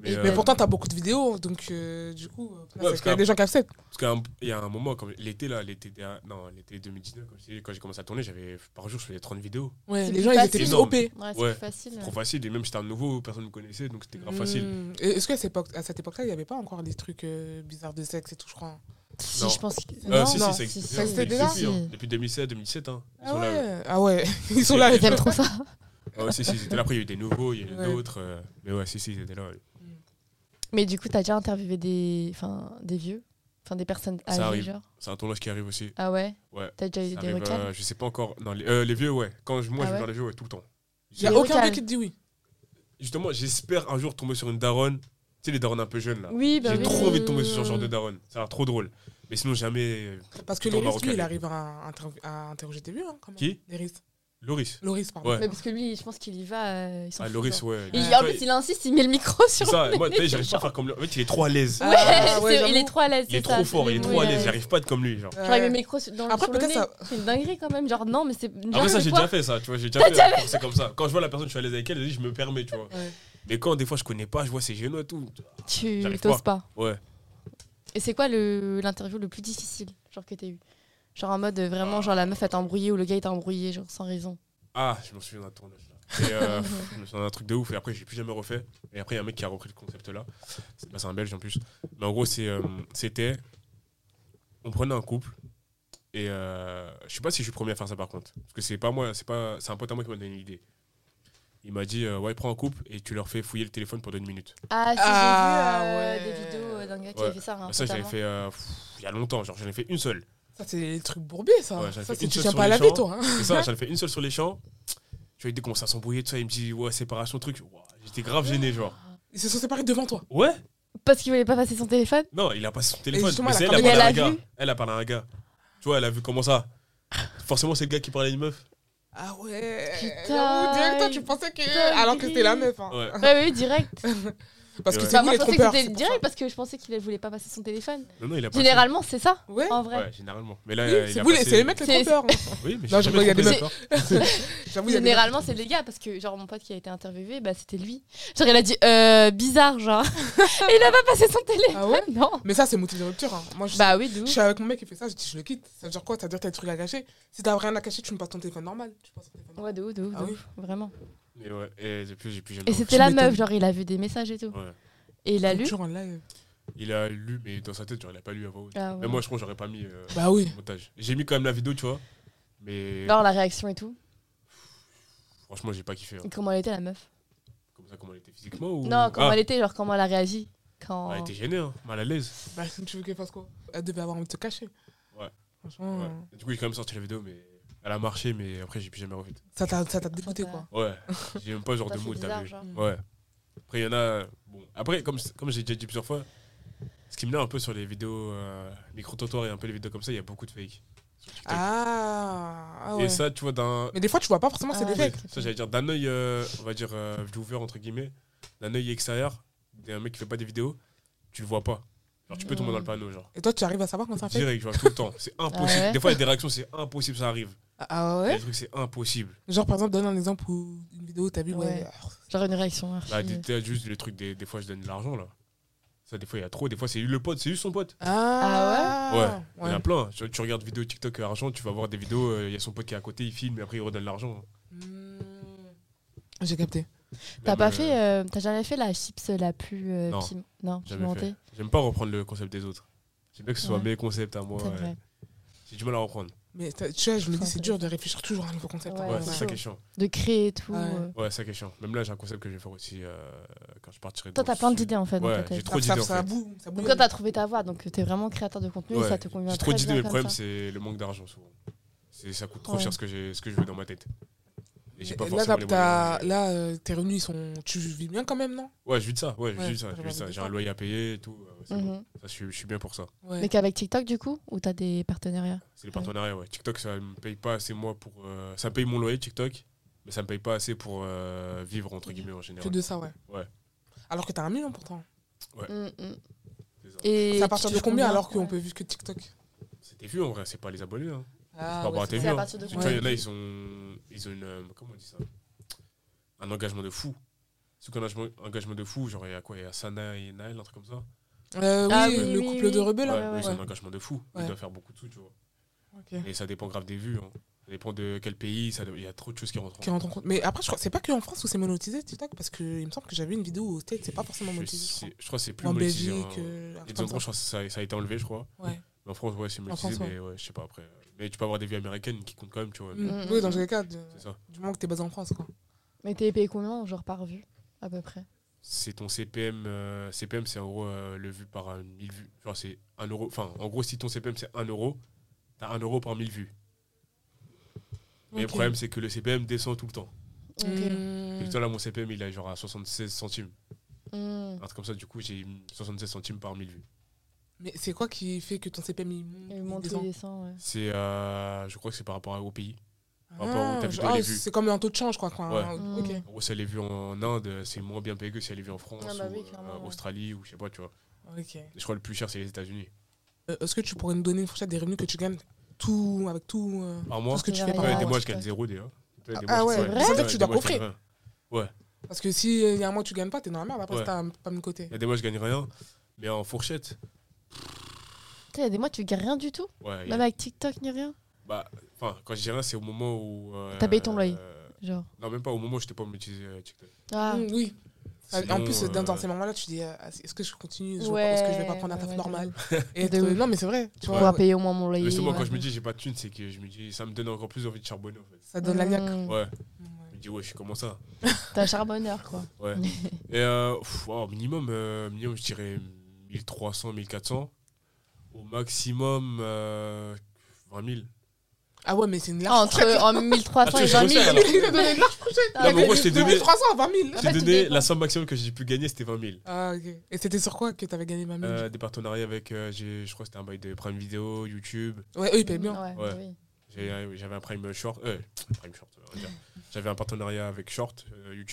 [SPEAKER 2] Mais,
[SPEAKER 3] Et-
[SPEAKER 2] euh,
[SPEAKER 1] Mais pourtant, t'as beaucoup de vidéos, donc euh, du coup, euh,
[SPEAKER 2] parce
[SPEAKER 1] parce qu'il y a
[SPEAKER 2] qu'un-
[SPEAKER 1] des gens qui acceptent.
[SPEAKER 2] Parce qu'il y a un moment, comme l'été là, l'été dernier- non, l'été 2019, comme je t'ai dit, quand j'ai commencé à tourner, j'avais par jour je faisais 30 vidéos.
[SPEAKER 1] Ouais,
[SPEAKER 3] C'est
[SPEAKER 1] les
[SPEAKER 3] plus
[SPEAKER 1] gens, ils étaient
[SPEAKER 3] facile.
[SPEAKER 1] plus
[SPEAKER 2] Énorme.
[SPEAKER 1] OP.
[SPEAKER 3] Ouais, c'est
[SPEAKER 2] Ouais. Mm.
[SPEAKER 3] plus facile.
[SPEAKER 2] C'est trop facile et même j'étais un nouveau, personne ne me connaissait, donc c'était grave facile.
[SPEAKER 1] Mmh. Et Est-ce qu'à cette époque- à cette époque-là, il n'y avait pas encore les trucs euh, bizarres de sexe et tout, je crois
[SPEAKER 3] Si,
[SPEAKER 2] Non.
[SPEAKER 3] je pense que.
[SPEAKER 2] Euh,
[SPEAKER 1] Non,
[SPEAKER 2] si,
[SPEAKER 1] non,
[SPEAKER 2] si, ça
[SPEAKER 3] si,
[SPEAKER 2] existait
[SPEAKER 3] si.
[SPEAKER 1] Ça existait
[SPEAKER 2] depuis-
[SPEAKER 1] déjà
[SPEAKER 2] depuis, hein.
[SPEAKER 3] Si.
[SPEAKER 2] depuis 2016, 2017 hein. Ils
[SPEAKER 1] Ah
[SPEAKER 2] sont là, ouais.
[SPEAKER 1] ouais, ah ouais, ils sont là.
[SPEAKER 2] Ils
[SPEAKER 1] les
[SPEAKER 3] Ils aiment
[SPEAKER 1] gens.
[SPEAKER 3] trop ça.
[SPEAKER 2] Ah ouais, si, si, c'était là, après il y a eu des nouveaux, il y a eu
[SPEAKER 1] Ouais.
[SPEAKER 2] d'autres. euh, mais ouais, si, si, c'était là. ouais.
[SPEAKER 3] Mais du coup, t'as déjà interviewé des, enfin, des vieux Enfin, des personnes
[SPEAKER 2] Ça
[SPEAKER 3] âgées,
[SPEAKER 2] arrive.
[SPEAKER 3] genre
[SPEAKER 2] C'est un tournage qui arrive aussi.
[SPEAKER 3] Ah ouais
[SPEAKER 2] Ouais.
[SPEAKER 3] T'as déjà eu
[SPEAKER 2] Ça
[SPEAKER 3] des
[SPEAKER 2] arrive,
[SPEAKER 3] recalls
[SPEAKER 2] euh, je sais pas encore. Non, les, euh, les vieux, ouais. Quand je- moi je
[SPEAKER 3] Ah
[SPEAKER 2] vais
[SPEAKER 3] ouais
[SPEAKER 2] vers les vieux, ouais, tout le temps.
[SPEAKER 1] Il y a
[SPEAKER 3] Les
[SPEAKER 1] aucun
[SPEAKER 3] locales.
[SPEAKER 1] mec qui te dit oui.
[SPEAKER 2] Justement, j'espère un jour tomber sur une daronne. Tu sais, les daronnes un peu jeunes là.
[SPEAKER 3] Oui, bah
[SPEAKER 2] J'ai
[SPEAKER 3] oui.
[SPEAKER 2] trop envie de tomber sur ce genre de daronne. Ça a l'air trop drôle. Mais sinon, jamais. euh,
[SPEAKER 1] Parce que
[SPEAKER 2] Tout
[SPEAKER 1] les
[SPEAKER 2] le temps
[SPEAKER 1] risques, lui,
[SPEAKER 2] marocain.
[SPEAKER 1] il arrive à, interv- à interroger tes vues, hein, quand même.
[SPEAKER 2] Qui
[SPEAKER 1] Les risques.
[SPEAKER 2] Loris.
[SPEAKER 1] Loris, pardon.
[SPEAKER 2] Ouais.
[SPEAKER 3] Mais parce que lui, je pense qu'il y va. euh, il s'en
[SPEAKER 2] Ah,
[SPEAKER 3] fout,
[SPEAKER 2] Loris,
[SPEAKER 3] genre.
[SPEAKER 2] ouais. Lui,
[SPEAKER 3] Et il- en
[SPEAKER 2] toi,
[SPEAKER 3] plus,
[SPEAKER 2] il-
[SPEAKER 3] il insiste, il met le micro
[SPEAKER 2] c'est
[SPEAKER 3] sur
[SPEAKER 2] ça,
[SPEAKER 3] le
[SPEAKER 2] moi,
[SPEAKER 3] nez,
[SPEAKER 2] t'as vu, j'arrive pas à
[SPEAKER 3] genre.
[SPEAKER 2] faire comme lui. En fait, il est trop à l'aise.
[SPEAKER 1] Ah,
[SPEAKER 3] Ouais,
[SPEAKER 1] ouais,
[SPEAKER 3] c'est- il
[SPEAKER 1] j'avoue.
[SPEAKER 3] est trop à l'aise.
[SPEAKER 2] Il est
[SPEAKER 3] c'est ça,
[SPEAKER 2] trop fort,
[SPEAKER 3] c'est
[SPEAKER 2] il est
[SPEAKER 3] le
[SPEAKER 2] trop à
[SPEAKER 3] bruit,
[SPEAKER 2] l'aise,
[SPEAKER 3] ouais.
[SPEAKER 2] j'arrive pas à être comme lui. Genre.
[SPEAKER 1] Euh,
[SPEAKER 3] Genre, il met le micro sur- dans
[SPEAKER 1] Après,
[SPEAKER 3] sur le
[SPEAKER 1] peut-être
[SPEAKER 3] nez.
[SPEAKER 1] ça-
[SPEAKER 3] C'est une dinguerie quand même. Genre, non, mais c'est. genre,
[SPEAKER 2] Après ça,
[SPEAKER 3] je
[SPEAKER 2] j'ai
[SPEAKER 3] vois-
[SPEAKER 2] déjà fait ça, tu vois, j'ai déjà fait la forcer comme ça. Quand je vois la personne, je suis à l'aise avec elle, je dis, je me permets, tu vois.
[SPEAKER 1] Ouais.
[SPEAKER 2] Mais quand des fois je connais pas, je vois ses genoux et tout.
[SPEAKER 3] Tu
[SPEAKER 2] J'arrive
[SPEAKER 3] t'oses pas.
[SPEAKER 2] Ouais.
[SPEAKER 3] Et c'est quoi le- l'interview le plus difficile genre que t'as eu Genre en mode euh, vraiment, genre la meuf elle t'a embrouillé ou le gars il t'a embrouillé, genre sans raison.
[SPEAKER 2] Ah, je me souviens d'un tournage là. Et, euh, pff, je me souviens d'un truc de ouf. Et après, j'ai plus jamais refait. Et après, il y a un mec qui a repris le concept là. C'est bah, c'est un belge en plus. Mais en gros, c'est, euh, c'était. On prenait un couple. Et euh, je sais pas si je suis premier à faire ça par contre. Parce que c'est pas moi, c'est pas. C'est un pote à moi qui m'a donné l'idée. Il m'a dit euh, Ouais, prends un couple et tu leur fais fouiller le téléphone pendant une minute.
[SPEAKER 3] Ah, si
[SPEAKER 1] Ah,
[SPEAKER 3] j'ai vu euh,
[SPEAKER 1] ouais.
[SPEAKER 3] des vidéos euh, d'un gars qui
[SPEAKER 2] Ouais.
[SPEAKER 3] avait fait ça. un
[SPEAKER 2] Bah, ça,
[SPEAKER 3] pote à
[SPEAKER 2] j'avais
[SPEAKER 3] moi.
[SPEAKER 2] fait euh, pff, il y a longtemps. Genre, j'en ai fait une seule.
[SPEAKER 1] Ça, c'est les trucs bourbiers, ça.
[SPEAKER 2] Ouais, j'avais
[SPEAKER 1] ça,
[SPEAKER 2] fait
[SPEAKER 1] c'est
[SPEAKER 2] une
[SPEAKER 1] tu
[SPEAKER 2] seule
[SPEAKER 1] tiens
[SPEAKER 2] sur
[SPEAKER 1] pas à
[SPEAKER 2] les
[SPEAKER 1] la vie,
[SPEAKER 2] champs.
[SPEAKER 1] toi. hein.
[SPEAKER 2] C'est ça, j'en ai fait une seule sur les champs. Tu vois, il commence à s'embrouiller, tout ça. Il me dit Ouais, séparation, truc. Ouah, J'étais grave gêné, genre.
[SPEAKER 1] Ils se sont séparés devant toi.
[SPEAKER 2] Ouais
[SPEAKER 3] Parce qu'il voulait pas passer son téléphone
[SPEAKER 2] Non, il a passé son téléphone.
[SPEAKER 1] justement,
[SPEAKER 2] Mais c'est
[SPEAKER 1] elle
[SPEAKER 2] elle,
[SPEAKER 1] a
[SPEAKER 2] a parlé
[SPEAKER 3] parlé-
[SPEAKER 2] à un gars.
[SPEAKER 3] Elle a vu.
[SPEAKER 2] Elle a parlé à un gars. Tu vois, elle a vu comment ça. Forcément, c'est le gars qui parlait à une meuf.
[SPEAKER 1] Ah ouais.
[SPEAKER 3] Putain.
[SPEAKER 1] J'avoue, direct, toi, tu pensais que.
[SPEAKER 3] Putain,
[SPEAKER 1] Alors que c'était la meuf. hein.
[SPEAKER 2] Ouais.
[SPEAKER 3] Ouais, oui, direct.
[SPEAKER 1] Parce que
[SPEAKER 2] Ouais.
[SPEAKER 1] c'est
[SPEAKER 3] Bah,
[SPEAKER 1] vous
[SPEAKER 3] moi,
[SPEAKER 1] les
[SPEAKER 3] je pensais
[SPEAKER 1] trompeurs.
[SPEAKER 3] que
[SPEAKER 1] c'est
[SPEAKER 3] c'était
[SPEAKER 1] pour
[SPEAKER 3] direct parce que je pensais qu'il voulait pas passer son téléphone.
[SPEAKER 2] Non, non, il a passé.
[SPEAKER 3] Généralement, c'est ça,
[SPEAKER 1] Ouais.
[SPEAKER 3] en
[SPEAKER 2] Ouais,
[SPEAKER 3] vrai.
[SPEAKER 2] généralement. Mais là,
[SPEAKER 1] Oui,
[SPEAKER 2] euh, il
[SPEAKER 1] c'est
[SPEAKER 2] a
[SPEAKER 1] vous les-
[SPEAKER 2] passé-
[SPEAKER 1] c'est les mecs les
[SPEAKER 3] C'est-
[SPEAKER 1] trompeurs. hein.
[SPEAKER 2] Oui, mais
[SPEAKER 1] Non, je
[SPEAKER 2] j'ai jamais
[SPEAKER 1] me regarde
[SPEAKER 2] compris
[SPEAKER 1] les
[SPEAKER 2] ça,
[SPEAKER 1] J'avoue,
[SPEAKER 2] toi.
[SPEAKER 1] il y a des mecs-
[SPEAKER 3] Généralement, c'est les gars parce que, genre, mon pote qui a été interviewé, bah c'était lui. Genre, il a dit euh, bizarre, genre. Et il a pas passé son téléphone.
[SPEAKER 1] Ah ouais
[SPEAKER 3] Non.
[SPEAKER 1] Mais ça, c'est motif de rupture. hein. Moi, je
[SPEAKER 3] Bah oui, d'où
[SPEAKER 1] Je suis avec mon mec qui fait ça, je dis je le quitte. Ça veut dire quoi Ça veut dire que t'as des trucs à cacher. Si t'as rien à cacher, tu me passes ton téléphone normal. Tu passes ton téléphone normal.
[SPEAKER 3] Ouais, de ouf, de ouf, de
[SPEAKER 1] Ah oui.
[SPEAKER 3] ouf, vraiment.
[SPEAKER 2] Mais ouais, et depuis, j'ai plus jamais.
[SPEAKER 3] Et
[SPEAKER 2] refait.
[SPEAKER 3] c'était la
[SPEAKER 1] m'étonnes.
[SPEAKER 3] meuf, genre il a vu des messages et tout.
[SPEAKER 2] Ouais.
[SPEAKER 3] Et il a lu.
[SPEAKER 1] Toujours en live.
[SPEAKER 2] Il a lu, mais dans sa tête, genre, il a pas lu avant.
[SPEAKER 3] Ah ouais.
[SPEAKER 2] Même moi, je crois que j'aurais pas mis euh,
[SPEAKER 1] Bah oui.
[SPEAKER 2] le montage. J'ai mis quand même la vidéo, tu vois. Mais
[SPEAKER 3] Genre la réaction et tout.
[SPEAKER 2] franchement, j'ai pas kiffé. hein.
[SPEAKER 3] Et comment elle était la meuf
[SPEAKER 2] Comme ça, comment elle était physiquement ou...
[SPEAKER 3] Non, comment
[SPEAKER 2] Ah,
[SPEAKER 3] elle était, genre comment elle a réagi quand.
[SPEAKER 2] elle était gênée, hein, mal à l'aise.
[SPEAKER 1] Bah tu veux qu'elle fasse quoi Elle devait avoir envie de te cacher.
[SPEAKER 2] Ouais.
[SPEAKER 1] Franchement,
[SPEAKER 2] Ouais. Du coup, j'ai quand même sorti la vidéo, mais elle a marché, mais après, j'ai plus jamais refait.
[SPEAKER 1] ça t'a ça t'a dégoûté
[SPEAKER 3] Ça t'a-
[SPEAKER 1] quoi.
[SPEAKER 2] Ouais, j'ai même pas ce genre
[SPEAKER 3] T'as
[SPEAKER 2] de
[SPEAKER 3] fait
[SPEAKER 2] mood, t'as
[SPEAKER 3] Bah, bizarre,
[SPEAKER 2] vu.
[SPEAKER 3] genre.
[SPEAKER 2] Ouais. Après, il y en a. Bon, après, comme, comme j'ai déjà dit plusieurs fois, ce qui me l'a un peu sur les vidéos euh, micro-trottoirs et un peu les vidéos comme ça, il y a beaucoup de fake. sur TikTok.
[SPEAKER 1] Ah, ah ouais.
[SPEAKER 2] Et ça, tu vois, d'un.
[SPEAKER 1] Mais des fois, tu vois pas forcément,
[SPEAKER 3] Ah
[SPEAKER 1] c'est des
[SPEAKER 3] ouais.
[SPEAKER 1] fakes.
[SPEAKER 2] Ça, j'allais dire, d'un œil, euh, on va dire, euh, viewer, entre guillemets, d'un œil extérieur, d'un mec qui fait pas des vidéos, tu le vois pas. Genre, tu peux tomber dans le panneau, genre.
[SPEAKER 1] Et toi, tu arrives à savoir quand c'est un fake
[SPEAKER 2] Direct, genre, tout le temps. C'est impossible.
[SPEAKER 3] Ah ouais
[SPEAKER 2] Des fois, il y a des réactions, c'est impossible, ça arrive.
[SPEAKER 1] Ah
[SPEAKER 2] Il y a
[SPEAKER 1] ouais
[SPEAKER 2] des trucs, c'est impossible.
[SPEAKER 1] Genre, par exemple, donne un exemple où une vidéo où t'as vu, ouais.
[SPEAKER 3] Ouais. Genre une réaction archi.
[SPEAKER 2] Là, des- t'as juste le truc, des, des fois, je donne de l'argent, là. Ça, des fois, il y a trop. Des fois, c'est le pote, c'est juste son pote. Ouais,
[SPEAKER 1] Ah,
[SPEAKER 2] il y en a plein. Tu, tu regardes vidéo TikTok euh, argent, tu vas voir des vidéos, euh, il y a son pote qui est à côté, il filme et après il redonne l'argent.
[SPEAKER 1] Hmm. J'ai capté.
[SPEAKER 3] T'as
[SPEAKER 2] Même,
[SPEAKER 3] pas
[SPEAKER 2] euh,
[SPEAKER 3] fait. euh, T'as jamais fait la chips la plus euh,
[SPEAKER 2] Non.
[SPEAKER 3] pim- Non,
[SPEAKER 2] Jamais
[SPEAKER 3] pimentée
[SPEAKER 2] fait. J'aime pas reprendre le concept des autres. J'aime bien que ce soit
[SPEAKER 3] Ouais.
[SPEAKER 2] mes concepts à moi.
[SPEAKER 3] C'est
[SPEAKER 2] ouais.
[SPEAKER 3] vrai.
[SPEAKER 2] J'ai du mal à reprendre.
[SPEAKER 1] Mais t'as- tu vois, je me dis,
[SPEAKER 3] Enfin,
[SPEAKER 1] c'est
[SPEAKER 3] c'est-
[SPEAKER 1] dur de réfléchir toujours à un nouveau concept.
[SPEAKER 2] Ouais,
[SPEAKER 1] hein.
[SPEAKER 3] Ouais,
[SPEAKER 2] c'est
[SPEAKER 3] ouais.
[SPEAKER 2] ça qui est chiant.
[SPEAKER 3] De créer et tout.
[SPEAKER 1] Ouais.
[SPEAKER 3] euh.
[SPEAKER 2] Ouais, c'est ça qui est chiant. Même là, j'ai un concept que je vais faire aussi euh, quand je partirai.
[SPEAKER 3] Toi,
[SPEAKER 2] dans
[SPEAKER 3] t'as
[SPEAKER 2] le
[SPEAKER 3] plein
[SPEAKER 2] sud.
[SPEAKER 3] d'idées en fait dans
[SPEAKER 2] Ouais,
[SPEAKER 3] ta
[SPEAKER 2] j'ai
[SPEAKER 3] tête.
[SPEAKER 2] trop
[SPEAKER 1] Ça,
[SPEAKER 2] d'idées.
[SPEAKER 1] ça, ça
[SPEAKER 2] en fait.
[SPEAKER 1] boue, ça boue.
[SPEAKER 3] Donc toi, t'as trouvé ta voix, donc euh, t'es vraiment créateur de contenu et
[SPEAKER 2] Ouais,
[SPEAKER 3] ça te convient.
[SPEAKER 2] J'ai trop
[SPEAKER 3] très
[SPEAKER 2] d'idées,
[SPEAKER 3] bien
[SPEAKER 2] mais le
[SPEAKER 3] comme
[SPEAKER 2] problème,
[SPEAKER 3] ça.
[SPEAKER 2] c'est le manque d'argent souvent. C'est- Ça coûte trop
[SPEAKER 3] Ouais.
[SPEAKER 2] cher ce que, j'ai- ce que je veux dans ma tête. Et j'ai pas
[SPEAKER 1] Et là,
[SPEAKER 2] forcément
[SPEAKER 1] t'as-
[SPEAKER 2] les
[SPEAKER 1] t'as-
[SPEAKER 2] moyens.
[SPEAKER 1] là, euh, tes revenus, ils sont... tu vis bien quand même, non
[SPEAKER 2] Ouais, je vis de ça. Ouais, je
[SPEAKER 1] Ouais,
[SPEAKER 2] vis de
[SPEAKER 1] ça
[SPEAKER 2] ça. je
[SPEAKER 1] va
[SPEAKER 2] vis de ça.
[SPEAKER 1] vite,
[SPEAKER 2] J'ai
[SPEAKER 1] hein.
[SPEAKER 2] un loyer à payer et tout. euh, c'est bon.
[SPEAKER 3] Mhm.
[SPEAKER 2] Ça, je suis- je suis bien pour ça.
[SPEAKER 1] Ouais.
[SPEAKER 3] Mais qu'avec TikTok du coup Ou t'as des partenariats
[SPEAKER 2] C'est les partenariats, ouais. TikTok, ça me paye pas assez, moi, pour. euh, ça paye mon loyer, TikTok, mais ça me paye pas assez pour euh, vivre, entre guillemets, en
[SPEAKER 1] Que
[SPEAKER 2] général.
[SPEAKER 1] de ça, ouais.
[SPEAKER 2] Ouais.
[SPEAKER 1] Alors que t'as un million pourtant.
[SPEAKER 3] Mm, mm.
[SPEAKER 2] C'est ça.
[SPEAKER 3] Et
[SPEAKER 1] C'est à
[SPEAKER 3] tu
[SPEAKER 1] partir de
[SPEAKER 3] touches
[SPEAKER 1] combien alors qu'on peut vivre que TikTok
[SPEAKER 2] C'est tes vues, en vrai, c'est pas les abonnés. Hein.
[SPEAKER 1] Ah,
[SPEAKER 2] c'est pas par tes
[SPEAKER 3] c'est
[SPEAKER 2] vues.
[SPEAKER 3] à
[SPEAKER 2] hein.
[SPEAKER 3] partir de
[SPEAKER 2] Tu vois,
[SPEAKER 1] combien
[SPEAKER 2] il y en a, ils, sont, ils ont une. euh, comment on dit ça Un engagement de fou. C'est qu'un engagement, engagement de fou, genre, il y a quoi Il y a Sana et Naël, un truc comme ça.
[SPEAKER 1] Euh, oui,
[SPEAKER 3] Ah oui,
[SPEAKER 1] le
[SPEAKER 3] oui,
[SPEAKER 1] couple
[SPEAKER 3] oui,
[SPEAKER 1] de
[SPEAKER 3] oui.
[SPEAKER 1] rebelles. hein.
[SPEAKER 2] Ouais,
[SPEAKER 1] là.
[SPEAKER 2] eux,
[SPEAKER 1] Ouais.
[SPEAKER 2] ils ont un engagement de fou.
[SPEAKER 1] Ouais.
[SPEAKER 2] Ils doivent faire beaucoup de sous, tu vois.
[SPEAKER 1] Ok.
[SPEAKER 2] Et ça dépend grave des vues. hein. Ça dépend de quel pays, ça dé- il y a trop de choses qui rentrent en
[SPEAKER 1] Qui rentre en compte. Mais après, je crois que c'est pas que en France où c'est monétisé TikTok parce que il me semble que j'avais une vidéo au States, c'est pas forcément
[SPEAKER 2] Je,
[SPEAKER 1] monétisé. je crois.
[SPEAKER 2] sais- je crois que c'est plus
[SPEAKER 1] en
[SPEAKER 2] monétisé.
[SPEAKER 1] Belgique,
[SPEAKER 2] hein.
[SPEAKER 1] euh, un
[SPEAKER 2] Et
[SPEAKER 1] truc
[SPEAKER 2] dans
[SPEAKER 1] comme
[SPEAKER 2] le droit, je crois que ça, ça a été enlevé, je crois.
[SPEAKER 1] ça. Ouais.
[SPEAKER 2] Mais en France, ouais, c'est monétisé,
[SPEAKER 1] France, ouais.
[SPEAKER 2] mais ouais, je sais pas après. euh, Mais tu peux avoir des vues américaines qui comptent quand même, tu vois.
[SPEAKER 1] Mm.
[SPEAKER 3] Mm.
[SPEAKER 1] Oui, dans tous les cas, de-
[SPEAKER 2] C'est ça.
[SPEAKER 1] du moment que t'es basé en France. Quoi.
[SPEAKER 3] Mais t'es payé combien genre par vue à peu près
[SPEAKER 2] C'est ton CPM. euh, CPM, c'est en gros euh, le vu par euh, 1000 vues. Genre, c'est 1 euro. Enfin, en gros, si ton CPM, c'est 1 euro, t'as 1 euro par 1000 vues. Mais le
[SPEAKER 1] Ok.
[SPEAKER 2] problème, c'est que le CPM descend tout le temps.
[SPEAKER 3] Ok.
[SPEAKER 1] Mm.
[SPEAKER 2] Et toi, là, mon CPM, il est genre à 76 centimes.
[SPEAKER 3] Mm.
[SPEAKER 2] Un truc comme ça, du coup, j'ai 76 centimes par 1000 vues.
[SPEAKER 1] Mais c'est quoi qui fait que ton CPM il monte,
[SPEAKER 3] Et
[SPEAKER 1] il
[SPEAKER 3] monter,
[SPEAKER 1] descend
[SPEAKER 3] descendre, ouais.
[SPEAKER 2] C'est. euh, je crois que c'est par rapport au pays. Par rapport au- t'as
[SPEAKER 1] Ah,
[SPEAKER 2] plutôt
[SPEAKER 1] ah,
[SPEAKER 2] les vues.
[SPEAKER 1] c'est comme un taux de change, quoi. quoi. un-
[SPEAKER 3] Ouais.
[SPEAKER 1] ok.
[SPEAKER 3] Mm.
[SPEAKER 2] En gros, si elle est vue en Inde, c'est moins bien payé que si elle est vue en France,
[SPEAKER 3] Ah bah
[SPEAKER 2] ou,
[SPEAKER 3] oui,
[SPEAKER 2] euh,
[SPEAKER 3] clairement, ouais.
[SPEAKER 2] Australie, ou je sais pas, tu vois.
[SPEAKER 1] Ok.
[SPEAKER 2] Je crois que le plus cher, c'est les États-Unis.
[SPEAKER 1] Euh, Est-ce que tu pourrais nous donner une fourchette des revenus que tu gagnes tout, avec tout euh,
[SPEAKER 2] Par mois,
[SPEAKER 1] Parce que tu fais
[SPEAKER 2] Ouais,
[SPEAKER 1] par
[SPEAKER 2] des
[SPEAKER 1] mois,
[SPEAKER 2] mois,
[SPEAKER 3] tu
[SPEAKER 2] je gagne
[SPEAKER 3] fais.
[SPEAKER 2] zéro déjà. Des
[SPEAKER 1] Ah,
[SPEAKER 2] mois, je-
[SPEAKER 1] ouais, c'est
[SPEAKER 2] ouais, des
[SPEAKER 1] vrai
[SPEAKER 2] mois,
[SPEAKER 1] Tu
[SPEAKER 2] je
[SPEAKER 1] dois
[SPEAKER 2] gagne
[SPEAKER 1] coffrer.
[SPEAKER 2] rien.
[SPEAKER 1] Parce que si euh, il y a un mois tu gagnes pas, t'es dans la merde après
[SPEAKER 2] Ouais.
[SPEAKER 1] si t'as pas mis de côté.
[SPEAKER 2] Il y a des mois, je gagne rien. Mais en fourchette,
[SPEAKER 3] Il y a des mois, tu gagnes rien du tout.
[SPEAKER 2] ouais. il y a-
[SPEAKER 3] Même avec TikTok ni rien.
[SPEAKER 2] bah, enfin, quand je dis rien, c'est au moment où. euh,
[SPEAKER 3] T'as payé ton loyer.
[SPEAKER 2] euh,
[SPEAKER 3] Genre.
[SPEAKER 2] Non, même pas au moment où j'étais pas monétisé euh, TikTok.
[SPEAKER 3] Ah.
[SPEAKER 1] Mm, oui. Ah,
[SPEAKER 2] Sinon,
[SPEAKER 1] en plus,
[SPEAKER 2] euh,
[SPEAKER 1] dans, dans ces moments-là, tu dis euh, Ah, est-ce que je continue je-
[SPEAKER 3] Ouais,
[SPEAKER 1] Est-ce que je vais pas prendre un
[SPEAKER 3] ouais,
[SPEAKER 1] taf
[SPEAKER 3] ouais,
[SPEAKER 1] normal
[SPEAKER 3] de
[SPEAKER 1] Et
[SPEAKER 3] De
[SPEAKER 1] être-
[SPEAKER 3] ouf.
[SPEAKER 1] Non, mais c'est vrai. Tu
[SPEAKER 3] Pour
[SPEAKER 1] vois,
[SPEAKER 3] pouvoir payer au moins mon loyer. euh.
[SPEAKER 2] Justement, quand
[SPEAKER 3] ouais.
[SPEAKER 2] je me dis j'ai pas de thunes, c'est que je me dis ça me donne encore plus envie de charbonner en fait.
[SPEAKER 1] ça donne la niaque.
[SPEAKER 3] Mm.
[SPEAKER 2] Ouais, je
[SPEAKER 1] Ouais.
[SPEAKER 2] me dis ouais, je suis comment ça
[SPEAKER 3] T'as un charbonneur, quoi.
[SPEAKER 2] Ouais. Et euh, pff, wow, minimum, euh, minimum, je dirais 1300, 1400. Au maximum, euh, 20 000.
[SPEAKER 1] Ah ouais, mais c'est une large.
[SPEAKER 3] Entre en 1300
[SPEAKER 2] Ah,
[SPEAKER 3] et
[SPEAKER 2] tu
[SPEAKER 3] 20
[SPEAKER 2] sais,
[SPEAKER 3] 000.
[SPEAKER 2] alors.
[SPEAKER 1] Il a donné une large fourchette.
[SPEAKER 3] Non, mais
[SPEAKER 1] Il a
[SPEAKER 2] moi, je t'ai
[SPEAKER 1] donné
[SPEAKER 2] donné-
[SPEAKER 1] 1300 à 20 000.
[SPEAKER 3] En
[SPEAKER 2] J'ai
[SPEAKER 3] fait, tout
[SPEAKER 2] donné
[SPEAKER 3] dépend.
[SPEAKER 2] la somme maximum que j'ai pu gagner, c'était 20 000.
[SPEAKER 1] Ah, ok. Et c'était sur quoi que t'avais gagné 20 000
[SPEAKER 2] Euh, des partenariats avec, euh, j'ai- je crois que c'était un bail de Prime Vidéo, YouTube.
[SPEAKER 1] Ouais, eux, ils payent bien.
[SPEAKER 3] Ouais, bah
[SPEAKER 2] Ouais.
[SPEAKER 3] oui.
[SPEAKER 2] J'ai- euh, J'avais un Prime Short. euh, Prime Short, on va dire. J'avais un partenariat avec Short, euh, YouTube.